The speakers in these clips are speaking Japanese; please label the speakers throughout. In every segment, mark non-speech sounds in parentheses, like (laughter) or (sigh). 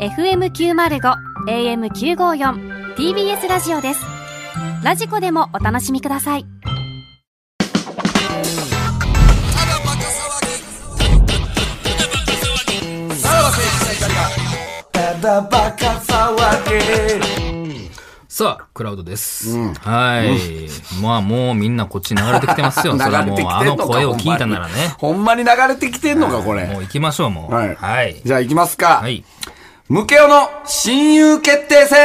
Speaker 1: FM905 AM954 TBS ラジオですラジコでもお楽しみください
Speaker 2: さあ、クラウドです。はい、まあもうみんなこっちに流れてきてますよ。
Speaker 3: (laughs) 流
Speaker 2: それは
Speaker 3: れ
Speaker 2: もう
Speaker 3: てき
Speaker 2: あ
Speaker 3: て
Speaker 2: の
Speaker 3: んのか
Speaker 2: 声を聞いたならね。
Speaker 3: ほんまに流れてきてんのか、これ
Speaker 2: も。う行きましょう、もう。
Speaker 3: はい
Speaker 2: はい。
Speaker 3: じゃあ行きますか
Speaker 2: は。い。
Speaker 3: ムケオの親友決定戦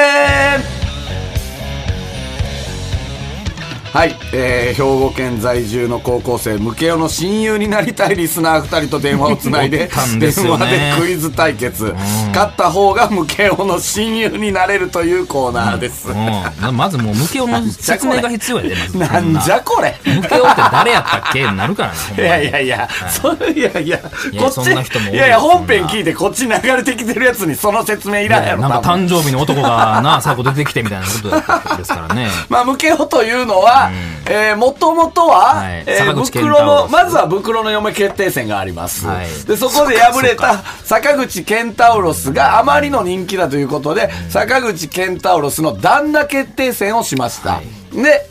Speaker 3: はい、えー、兵庫県在住の高校生ムケオの親友になりたいリスナー2人と電話をつないで
Speaker 2: (laughs) 思ったんで
Speaker 3: 電
Speaker 2: すよね
Speaker 3: 話でクイズ対決、勝った方がムケオの親友になれるというコーナーです、
Speaker 2: うん、まずもう、ムケオの説明が必要やで、まず。
Speaker 3: (laughs) なんじゃこれ
Speaker 2: ムケオって誰やったっけになるからね。ほん
Speaker 3: い
Speaker 2: ま
Speaker 3: やい
Speaker 2: に
Speaker 3: やいや、そういやいや、
Speaker 2: いや
Speaker 3: こっち、
Speaker 2: そんな人も多い
Speaker 3: いやいや、
Speaker 2: そんな
Speaker 3: 本編聞いて、こっち流れてきてるやつにその説明いらんやろ、
Speaker 2: なん
Speaker 3: 多
Speaker 2: か
Speaker 3: 分
Speaker 2: 誕生日の男がな、最後出てきてみたいなことだったですからね。
Speaker 3: まあ、ムケオと (laughs) いうのは、えもともとは、
Speaker 2: はい
Speaker 3: えー
Speaker 2: 坂口健
Speaker 3: 袋
Speaker 2: 太郎
Speaker 3: の、まずは袋の嫁決定戦があります。
Speaker 2: はい
Speaker 3: で、そこで敗れた坂口健太郎があまりの人気だということで、坂口健太郎の旦那決定戦をしました。で、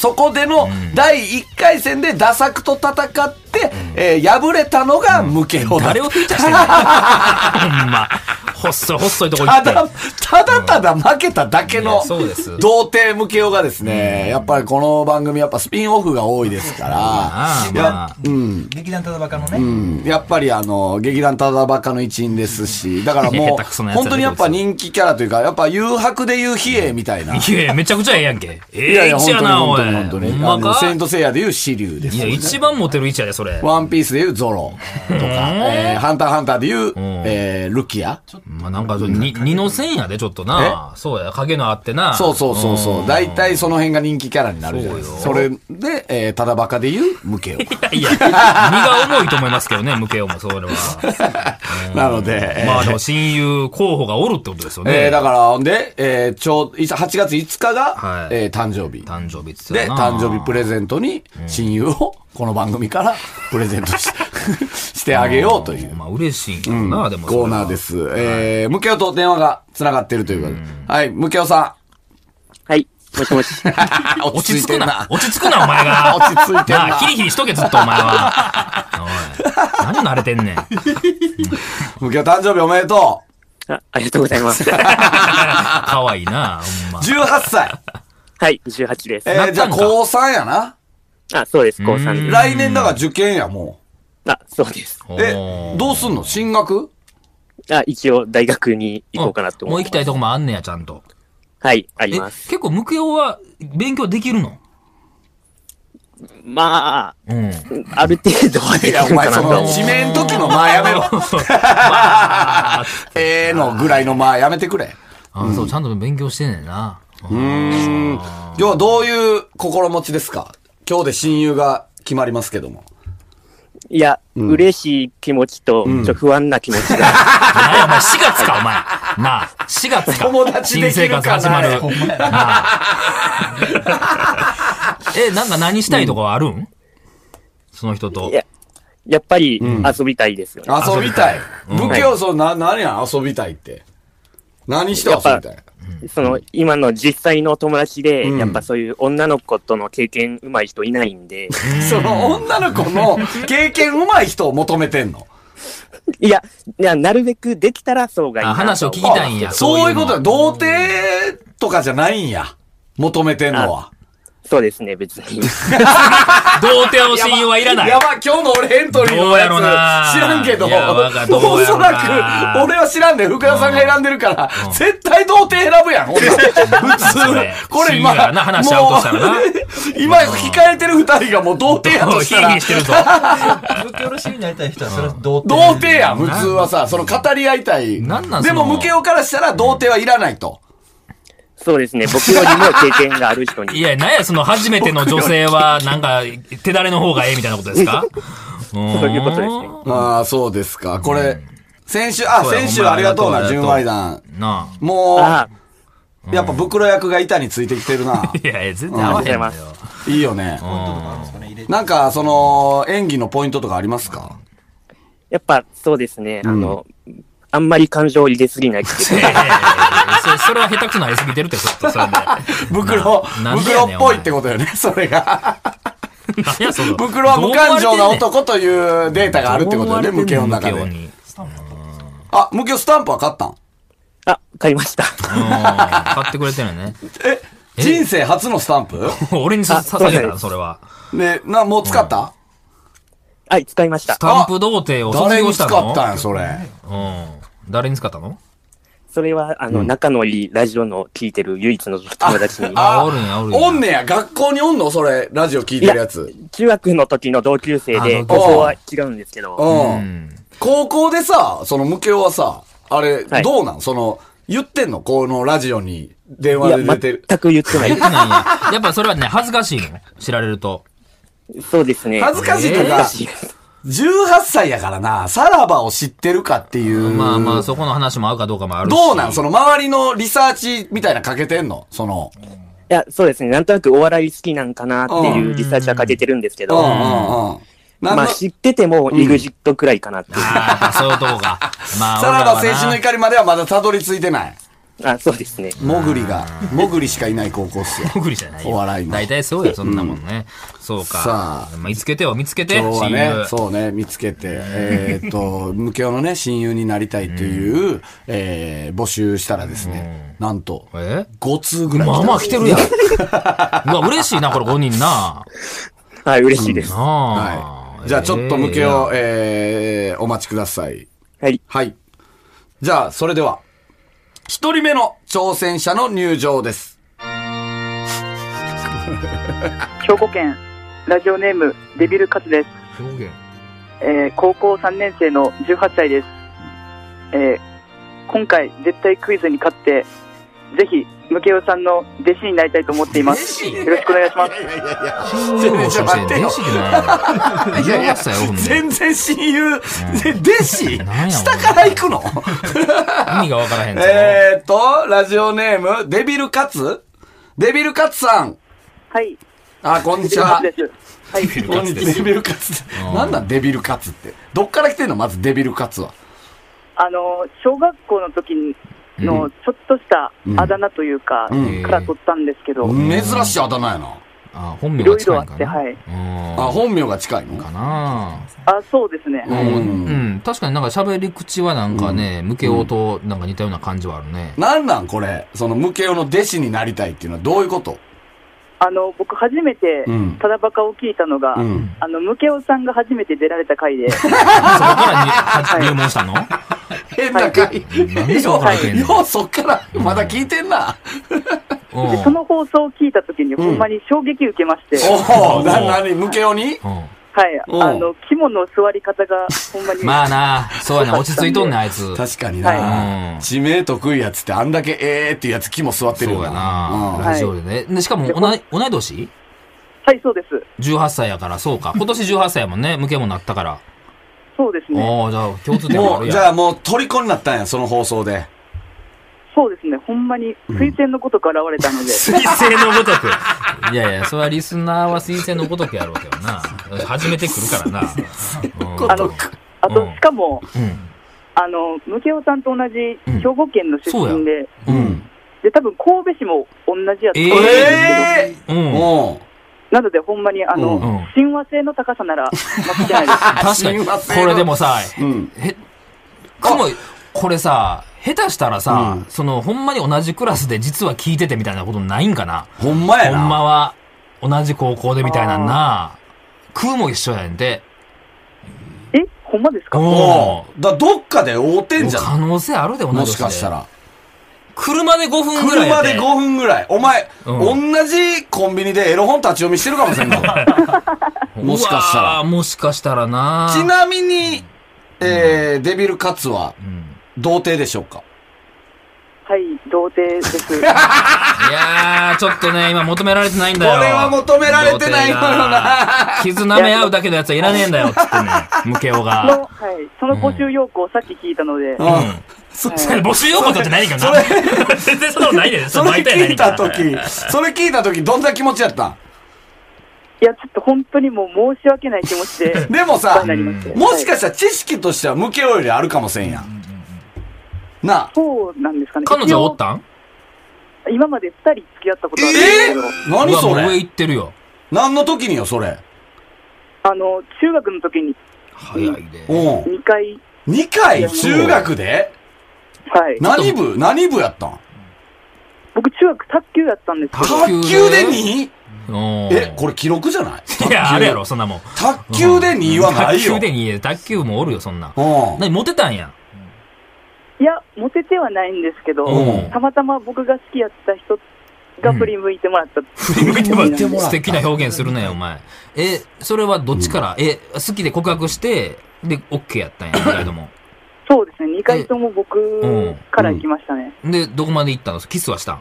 Speaker 3: そこでの第1回戦で打作と戦って、えー敗れたのがムケオだった
Speaker 2: 誰をフィーチャーして
Speaker 3: (laughs)
Speaker 2: んのほんま。細い、細いとこ行
Speaker 3: た
Speaker 2: って。
Speaker 3: だ、ただただ負けただけ
Speaker 2: い
Speaker 3: の
Speaker 2: やそうです、
Speaker 3: 童貞向けようがですね、やっぱりこの番組やっぱスピンオフが多いですから、
Speaker 2: ああ、まあ。
Speaker 4: 劇団ただバカのね、
Speaker 3: うんやっぱりあの、劇団ただバカの一員ですし、だから
Speaker 2: いや
Speaker 3: も
Speaker 2: 下手く
Speaker 3: う
Speaker 2: そな、やつや
Speaker 3: 本当にやっぱ人気キャラというか、やっぱ誘白で言う比叡みたいな。
Speaker 2: いやいや、めちゃくちゃええやんけ。え
Speaker 3: い
Speaker 2: え位置やな、おい。
Speaker 3: 本当に
Speaker 2: ほん
Speaker 3: あ
Speaker 2: ま
Speaker 3: の、セイン
Speaker 2: か
Speaker 3: トセイヤで言う支流です
Speaker 2: い
Speaker 3: よ
Speaker 2: や、
Speaker 3: ね。
Speaker 2: 一番モテる位置やで、それ。
Speaker 3: ワンピースで言うゾロとか、えーハンターハンターで言う、えールキア。
Speaker 2: まあなんか、に、二の線やで、ちょっとな。そうや、影のあってな。
Speaker 3: そうそうそうそう。大体その辺が人気キャラになるじゃないですか。そ
Speaker 2: そう
Speaker 3: れで、えーただバカで言う、ムケ
Speaker 2: (laughs)
Speaker 3: オ。
Speaker 2: いや、身が重いと思いますけどね、 (laughs) 向けようも、それは。
Speaker 3: なので、
Speaker 2: まあでも、親友候補がおるってことですよ
Speaker 3: えー、
Speaker 2: ね。
Speaker 3: だから、ほんで、えー、ちょう、いつ8月5日が、
Speaker 2: はい
Speaker 3: えー誕生日。
Speaker 2: 誕生日って言
Speaker 3: で、
Speaker 2: ってたな
Speaker 3: 誕生日プレゼントに、親友を、この番組から、プレゼントし (laughs) してあげようという。
Speaker 2: まあ嬉しいんやろな、でも。
Speaker 3: コーナーで。す。えー、ムケオと電話が繋がってるということで。はい、ムケオさ
Speaker 5: はい。もしもし。
Speaker 3: ん。落
Speaker 2: 落ち着
Speaker 3: て
Speaker 2: く
Speaker 3: ん
Speaker 2: な。。落ち着くな、お前が。
Speaker 3: (laughs) 落ち着いて
Speaker 2: (laughs)
Speaker 3: んな
Speaker 2: あ、ヒリヒリしとけ、ずっと、お前は。おい。何慣れてん
Speaker 3: (laughs)
Speaker 2: ねん。
Speaker 3: ムケオ誕生日おめでとう。
Speaker 5: あありがとうございます。
Speaker 2: かわいいな、ほんま。
Speaker 3: 18歳。
Speaker 2: (laughs)
Speaker 5: はい、18です。
Speaker 3: えー、じゃあ
Speaker 2: なったんか
Speaker 3: 高3やな。
Speaker 5: あ、そうです、高3で
Speaker 3: 来年だから受験や、も
Speaker 5: す。あ、そうです。
Speaker 3: う。え、どうすんの進学
Speaker 5: あ、一応大学に行こうかなと
Speaker 2: も
Speaker 5: 思
Speaker 2: う
Speaker 5: い
Speaker 2: 行き
Speaker 5: ます。
Speaker 2: たいとこもあんねや、ちゃんと。
Speaker 5: はい、あ
Speaker 2: え、
Speaker 5: ります。
Speaker 2: 結構、ムケオは勉強できるの
Speaker 5: まあ、
Speaker 2: うん。
Speaker 5: ある程度はいできる
Speaker 3: や、お
Speaker 5: か
Speaker 3: 前、
Speaker 5: な
Speaker 3: そ
Speaker 5: と
Speaker 3: の、
Speaker 5: 思う。
Speaker 3: 指名の時の、まあやめろ。 (laughs) ええのぐらいの、まあやめてくれ。
Speaker 2: あ、そう、ちゃんと勉強してんねんな。
Speaker 3: うん。今日はどういう心持ちですか今日で親友が決まりますけども。
Speaker 5: いや、嬉しい気持ちと、ちょっと不安な気持ちが。
Speaker 2: 何や、お前、4月か、お前。なあ、4月か。
Speaker 3: 友達でき
Speaker 2: 新生
Speaker 3: るかな
Speaker 2: 活始まる。なあえ、なんか何したいとかはあるんその人と
Speaker 5: い。や、やっぱり遊びたいですよね。
Speaker 3: 遊びたい。
Speaker 2: びたい
Speaker 3: 武器をそう、な、何やん遊びたいって。何して遊びたい
Speaker 5: その、今の実際の友達で、やっぱそういう女の子との経験上手い人いないんで、
Speaker 3: その女の子の経験上手い人を求めてんの。
Speaker 5: いや、いやなるべくできたらそうがいい
Speaker 2: あ
Speaker 5: なと。
Speaker 2: 話を聞きたいんや。
Speaker 3: あそういうことだ。
Speaker 2: の
Speaker 3: 童貞とかじゃないんや。求めてんのは。
Speaker 5: そうですね、別に。
Speaker 2: 童貞の親友はいらない
Speaker 3: や。ば、今日の俺エントリーのやつ
Speaker 2: どうやろな
Speaker 3: 知らんけど、お
Speaker 2: いやわかどうや
Speaker 3: そ
Speaker 2: ろ
Speaker 3: ら
Speaker 2: な
Speaker 3: く、俺は知らんで、福田さんが選んでるから、絶対童貞選ぶやん、俺
Speaker 2: (laughs) それ
Speaker 3: 普通。これ今、
Speaker 2: 親友やな話し合おうとしたらな
Speaker 3: もう (laughs) 今、控えてる二人がもう童貞やとし
Speaker 2: ヒ
Speaker 3: た
Speaker 2: (laughs) リヒ
Speaker 3: ら
Speaker 2: リし、てるぞ。
Speaker 4: 状況の死になりたい人は、それは童
Speaker 3: 童
Speaker 4: 貞。
Speaker 3: 貞やん、普通はさ、その語り合いたい。
Speaker 2: なんなん
Speaker 3: でも、
Speaker 2: その
Speaker 3: 向けようからしたら童貞はいらないと。
Speaker 5: そうですね、僕よりも経験がある人
Speaker 2: い
Speaker 3: (laughs)
Speaker 5: に。
Speaker 2: や、なんや、その初めての女性は、なんか、手だれの方がええみたいなことですか
Speaker 5: そういうことですね
Speaker 2: う
Speaker 3: ああ、そうですか。これ、先週、あ、
Speaker 2: そうや
Speaker 3: 先週ありがとう
Speaker 2: ほん
Speaker 3: な、
Speaker 2: まありが
Speaker 3: 純
Speaker 2: とう
Speaker 3: 愛団。
Speaker 2: ーんな
Speaker 3: も
Speaker 5: あ
Speaker 3: う、やっぱ袋役が板についてきてる
Speaker 2: (laughs)
Speaker 3: な
Speaker 2: あ。。いやいや、全然合わへんのよ。
Speaker 3: いいよね。
Speaker 4: なんですかね入れて
Speaker 3: なんか、その、演技のポイントとかありますか
Speaker 5: やっぱそうですね、あの、あんまり感情を入れすぎないっていうか
Speaker 2: そそれ (laughs) は下手くそなりすぎてるってちょっとそれで
Speaker 3: 袋、
Speaker 2: ななんで
Speaker 3: 袋
Speaker 2: や
Speaker 3: っ
Speaker 2: ねん
Speaker 3: ぽいってことよね、それが。
Speaker 2: 何やその
Speaker 3: 袋は無感情な男というデータがあるってことよね、無形の中
Speaker 2: 無
Speaker 3: で。
Speaker 2: に
Speaker 3: あ、無形スタンプは買ったん
Speaker 5: あ、買いました。
Speaker 2: うん買ってくれてるよね
Speaker 3: え人生初のスタンプ
Speaker 2: 俺にさ
Speaker 5: あ
Speaker 2: ささげた
Speaker 5: そうで
Speaker 2: ら
Speaker 5: す
Speaker 2: それは
Speaker 3: ね、な、もう使った
Speaker 5: はい、使いました
Speaker 2: ス。タンプ童貞を卒
Speaker 3: 誰
Speaker 2: 業
Speaker 3: に
Speaker 2: し
Speaker 3: 使
Speaker 2: た
Speaker 3: っ
Speaker 2: の
Speaker 3: たんや、それ。
Speaker 2: うん誰に使ったの
Speaker 5: それは、あの、仲のいいラジオの聞いてる唯一の友達に、
Speaker 2: あおるんやおるんや
Speaker 3: おんねや、学校におんのそれ、ラジオ聞いてるやつ。
Speaker 5: 中学の時の同級生
Speaker 2: あ
Speaker 5: で、
Speaker 2: 同級生
Speaker 5: 高校は違うんですけ
Speaker 3: う
Speaker 5: ど、
Speaker 3: ん。
Speaker 2: うん
Speaker 3: 高校でさ、その無形はさ、あれ、
Speaker 5: はい
Speaker 3: どうなんその、言ってんのこのラジオに電
Speaker 5: い
Speaker 3: 話
Speaker 5: や、
Speaker 3: で出てる。
Speaker 5: 全く言ってない
Speaker 3: (laughs)
Speaker 2: 言っ。てないんややっぱそれはね恥ずかしいの知られると
Speaker 5: そうですね。
Speaker 3: 恥ずかしいと
Speaker 2: えー
Speaker 3: か、
Speaker 5: 恥ずかしいです
Speaker 3: 18歳やからな、さらばを知ってるかっていう。
Speaker 2: まあまあそこの話も合うかどうかもあるし
Speaker 3: どうなんその周りのリサーチみたいなかけてんのその。
Speaker 5: (laughs) いや、そうですね。なんとなくお笑い好きなんかなっていうリサーチはかけてるんですけ
Speaker 3: うんうんう
Speaker 5: ど、
Speaker 3: ん。なん
Speaker 5: ま
Speaker 3: の、
Speaker 5: あ知ってても EXIT くらいかなっていう。
Speaker 2: あーやっぱそういうとこが
Speaker 3: (laughs)
Speaker 2: まあ
Speaker 3: さらば青
Speaker 2: 俺はな
Speaker 3: 春の怒りまではまだたどり着いてない。
Speaker 5: あ、そうですね。
Speaker 3: もぐりが、もぐりしかいない高校っすよ。
Speaker 2: 無理じゃないよ。
Speaker 3: お笑いの
Speaker 2: 大体そうよ、そんなもんね。そう
Speaker 3: さ
Speaker 2: か。見つけてよ、見つけて。
Speaker 3: 今日はね、
Speaker 2: 親友
Speaker 3: そうね、見つけて、えーっと、無形のね、親友になりたいという、えー募集したらですね、なんと、
Speaker 2: え
Speaker 3: 5通ぐらい
Speaker 2: まあまあ来てるやん
Speaker 3: ん。。
Speaker 2: (laughs) うわ、嬉しいな、これ5人な。
Speaker 5: はい、嬉しいです。
Speaker 2: な
Speaker 3: は
Speaker 2: あ。
Speaker 3: い。じゃあちょっと無形を、
Speaker 2: え
Speaker 3: えーお待ちください。
Speaker 5: はい。
Speaker 3: はい。じゃあ、それでは、一人目の挑戦者の入場です。
Speaker 6: 兵庫県ラジオネームデビルカツです、
Speaker 2: え表現。
Speaker 6: えー高校3年生の18歳です、えー今回絶対クイズに勝ってぜひムケオさんの弟子になりたいと思っています
Speaker 2: 弟子
Speaker 6: よろしくお願いします
Speaker 2: 親友もして
Speaker 3: ちょ
Speaker 2: 電
Speaker 3: っ
Speaker 2: 子でない。18歳よ、ほんで
Speaker 3: 全然親友、で弟子
Speaker 2: なんや
Speaker 3: 下から行くの
Speaker 2: 意味がわからへんぞ。
Speaker 3: えーっと、ラジオネーム、デビルカツデビルカツさん。
Speaker 6: はい
Speaker 3: あ、こんに
Speaker 6: デビ
Speaker 3: ち
Speaker 6: ルカ
Speaker 3: は
Speaker 6: ツ。ですは
Speaker 3: (laughs)
Speaker 6: い
Speaker 2: ビル
Speaker 3: こ
Speaker 2: カ
Speaker 3: ん
Speaker 2: ツ
Speaker 3: に
Speaker 2: で
Speaker 3: ちは。
Speaker 2: す
Speaker 3: デ
Speaker 2: よ
Speaker 3: ビルカツって。
Speaker 2: うん
Speaker 3: なんなんデビルカツって。どっから来てんのまずデビルカツは。
Speaker 6: あのー小学校の時
Speaker 2: う
Speaker 6: のちょっとしたあだ名というか、
Speaker 3: うん
Speaker 6: から取ったんですけど、
Speaker 3: 珍しいあだ名やな。
Speaker 2: あ、本名が近いんかな。
Speaker 6: いろいろあってはい
Speaker 2: うん。
Speaker 3: あ、本名が近いの
Speaker 2: かな
Speaker 6: あそうですね、
Speaker 3: うん
Speaker 2: うん。確かになんか喋り口はなんかね、無形となんか似たような感じはあるね。
Speaker 3: なんなんこれ。その、無形の弟子になりたいっていうのはどういうこと
Speaker 6: あの僕初めて
Speaker 3: うん
Speaker 6: ただバカを聞いたのが、
Speaker 3: うん
Speaker 6: あのムケオさんが初めて出られた回で
Speaker 2: そこからには入門したの
Speaker 3: 変な回。
Speaker 2: なんでそこからいけんの
Speaker 3: ようそっから、まだ聞いてんな。
Speaker 2: うん
Speaker 6: でその放送を聞いたときに、ほんまに衝撃受けまして、
Speaker 3: お
Speaker 2: う
Speaker 3: お、
Speaker 2: ん
Speaker 3: な、なに、無形に
Speaker 2: うん
Speaker 6: はい、
Speaker 3: おう
Speaker 6: あの、肝の座り方が、 (laughs) ほんまに、
Speaker 2: まあな、そうやな、落ち着いとんねん、あいつ。
Speaker 3: 確かに
Speaker 2: は
Speaker 3: な。
Speaker 2: い
Speaker 3: 地名得意やつってあんだけええっていうやつ木も座ってる
Speaker 2: そ
Speaker 3: よ
Speaker 2: うやな、
Speaker 3: うん
Speaker 2: ラジオでね。で、しかも、同い、同い年
Speaker 6: はい、そうです。
Speaker 2: ?18 歳やから、そうか。今年18歳やもんね、向けもなったから。
Speaker 6: そうですね。
Speaker 2: おーじゃあ、共通点もあ
Speaker 3: も
Speaker 2: る
Speaker 3: う、
Speaker 2: やん。
Speaker 3: じゃあもう虜になったんや、その放送で。
Speaker 6: そうですね。ほんまに、推薦のことから現れたので、
Speaker 2: 水星のごとく。 (laughs) いやいや、それはリスナーは水星のごとくやろうけどな。初めて来るからな。うん
Speaker 6: あの、あ
Speaker 2: うん
Speaker 6: と、しかも、
Speaker 2: うん。
Speaker 6: あの、ムケオさんと同じ
Speaker 2: うん、
Speaker 6: 兵庫県の出身で、
Speaker 3: うん。
Speaker 6: で、多分、神戸市も同じやったと思うんですけど、
Speaker 3: ええ
Speaker 2: うん。
Speaker 3: も
Speaker 6: なので、ほんまに、あの、
Speaker 3: うん
Speaker 6: 親和性の高さなら、間違い
Speaker 2: (laughs)
Speaker 6: ないです。
Speaker 2: 確かに、
Speaker 3: 親和性の
Speaker 2: これでもさ、
Speaker 3: う、うん。
Speaker 2: へ、雲、これさ、下手したらさ、その、ほんまに同じクラスで実は聞いててみたいなことないんかな
Speaker 3: ほんまやな。
Speaker 2: ほんまは、同じ高校でみたいなんな、空も一緒やねんて。
Speaker 6: え、ほんまですか
Speaker 2: お
Speaker 3: お
Speaker 2: う
Speaker 3: うだ、どっかで会うてんじゃ
Speaker 2: 可
Speaker 3: ん。
Speaker 2: 能性あるで、同じ
Speaker 3: もしかした。ら。
Speaker 2: 車で5分ぐらいや
Speaker 3: 車
Speaker 2: で。
Speaker 3: で5分ぐらい。お前、
Speaker 2: うん
Speaker 3: 同じコンビニでエロ本立ち読みしてるかもしれんぞ。もしかしたら
Speaker 2: うわーもしかしたらな。
Speaker 3: (laughs) ちなみに、えー、デビルカツは
Speaker 2: うん
Speaker 3: 童貞でしょうか
Speaker 6: はい、童貞
Speaker 2: (laughs)
Speaker 6: です。
Speaker 2: いやー、ちょっとね、今求められてないんだよ。
Speaker 3: これは求められてないのよな。
Speaker 2: 傷舐め合うだけのやつはいらねえんだよ、つってね、ムケオ
Speaker 6: の、
Speaker 3: (laughs)
Speaker 2: が。
Speaker 6: はい、その募集要項をさっき聞いたので、
Speaker 3: う
Speaker 6: は
Speaker 3: ん。そ
Speaker 6: い
Speaker 2: 募集要項って何かな
Speaker 3: (laughs)
Speaker 2: 全然そんなことないで
Speaker 3: それ聞いたとき、 (laughs) それ聞いたとき、どんな気持ちやったん
Speaker 6: いや、ちょっと本当にもう申し訳ない
Speaker 3: (laughs)
Speaker 6: 気持ちで、いっ
Speaker 3: でも
Speaker 6: ぱい
Speaker 3: さ
Speaker 6: にな、りまして
Speaker 3: もしかしたら知識としては無形よりあるかもしれんやん。なあ。
Speaker 6: そうなんですかね。
Speaker 2: 彼女はおったん
Speaker 6: 一応今まで二人付き合ったことあるんですけど、
Speaker 3: 何
Speaker 2: うわも
Speaker 3: そう
Speaker 2: 上
Speaker 3: れ
Speaker 2: 行ってるよ。
Speaker 3: 何の時によ、それ。
Speaker 6: あの、中学の時に
Speaker 2: 早いで。
Speaker 3: うん。
Speaker 6: 2回、
Speaker 3: 2回中学で
Speaker 6: はい。
Speaker 3: 何部何部やったん
Speaker 6: 僕、中学卓球やったんですけど、
Speaker 2: 卓
Speaker 3: 卓
Speaker 2: 球
Speaker 3: 球
Speaker 2: で
Speaker 3: で 2?
Speaker 2: おー
Speaker 3: え、これ記録じゃない
Speaker 2: いや、あれやろ、そんなもん。
Speaker 3: 卓球で2はないよ。
Speaker 2: 卓球で
Speaker 3: う
Speaker 2: 2、卓球もおるよ、そんなん。
Speaker 3: ん。
Speaker 2: 何、モテたんや。
Speaker 6: いや、モテてはないんですけど
Speaker 3: うん、
Speaker 6: たまたま僕が好きやった人が振り向いてもらった。振
Speaker 3: り向いてもらった
Speaker 2: 素敵な表現するね、お前。え、それはどっちから、え、好きで告白して、で、OK やったんや、二人とも。
Speaker 6: そうですね、2
Speaker 2: え
Speaker 6: 回とも僕から行きましたね。
Speaker 2: で、どこまで行ったのキスはしたん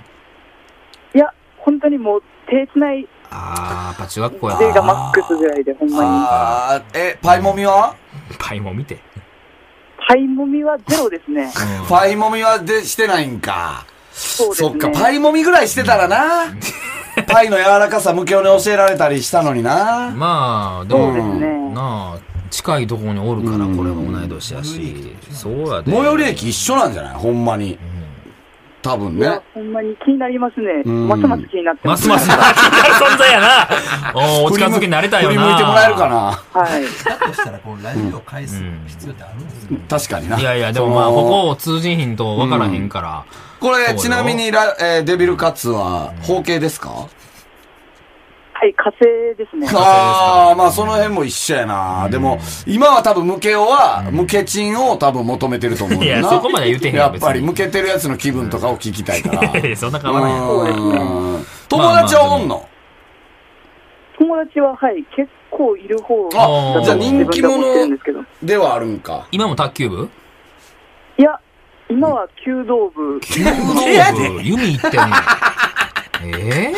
Speaker 6: いや、本当にもう、手つない
Speaker 2: あー、やっぱ中学校や
Speaker 6: でがマックスぐらいで、ほんま
Speaker 3: あー、え、パイもみは
Speaker 2: パイも見て。
Speaker 6: に。パイもみはゼロですね。
Speaker 3: パイもみはでしてないんか。
Speaker 6: そうです
Speaker 3: そ
Speaker 6: ね。
Speaker 3: っか、パイもみぐらいしてたら
Speaker 6: (laughs)
Speaker 3: な。パイの柔らかさ、無教に教えられたりしたのにな。
Speaker 2: まあ、で
Speaker 6: そうで
Speaker 2: も、
Speaker 6: すね。
Speaker 2: なあ、近いところにおるから、
Speaker 3: うん
Speaker 2: これは同い年やし。そうやで。
Speaker 3: 最寄り駅一緒なんじゃないほんまに。多分
Speaker 6: いや
Speaker 3: ね。、
Speaker 6: ほんまに気になりますね。
Speaker 3: うん
Speaker 6: ますます気になって
Speaker 2: ま
Speaker 6: ます
Speaker 2: (laughs)
Speaker 6: す。
Speaker 2: ますな、気になる存在やな。おーお近づきになれたよな。
Speaker 3: 振り向いてもらえるかな。
Speaker 6: はい。
Speaker 4: だとしたら、このラジオを返す必要ってあるんですか
Speaker 3: 確かにな。
Speaker 2: いやいや、でもまあ、ここを通じひんと分からへんから。
Speaker 3: こ
Speaker 2: そう
Speaker 3: れ、
Speaker 2: よ
Speaker 3: ちなみにラ、えーデビルカツは、包茎ですか、
Speaker 6: はい、火星ですね。
Speaker 3: ああ、まあその辺も一緒やな。でも、今は多分ムケオは、ムケチンを多分求めてると思うよな。
Speaker 2: いやそこまでは言うてへんよ
Speaker 3: やっぱり、
Speaker 2: 別に
Speaker 3: ムケてるやつの気分とかを聞きたい
Speaker 2: (laughs)
Speaker 3: から。
Speaker 2: いやいやそんな変わらんやん
Speaker 3: うん友達はおんの、
Speaker 6: 友達は、はい、結構いる方だ
Speaker 2: あ
Speaker 6: と
Speaker 2: じゃあ
Speaker 6: 自
Speaker 3: 人
Speaker 6: 分
Speaker 3: 気
Speaker 6: では
Speaker 3: 者
Speaker 6: 思ってるんですけど。
Speaker 3: ではあるんか。
Speaker 2: 今も卓球部
Speaker 6: いや、今は弓道部。
Speaker 2: 弓行ってんの。え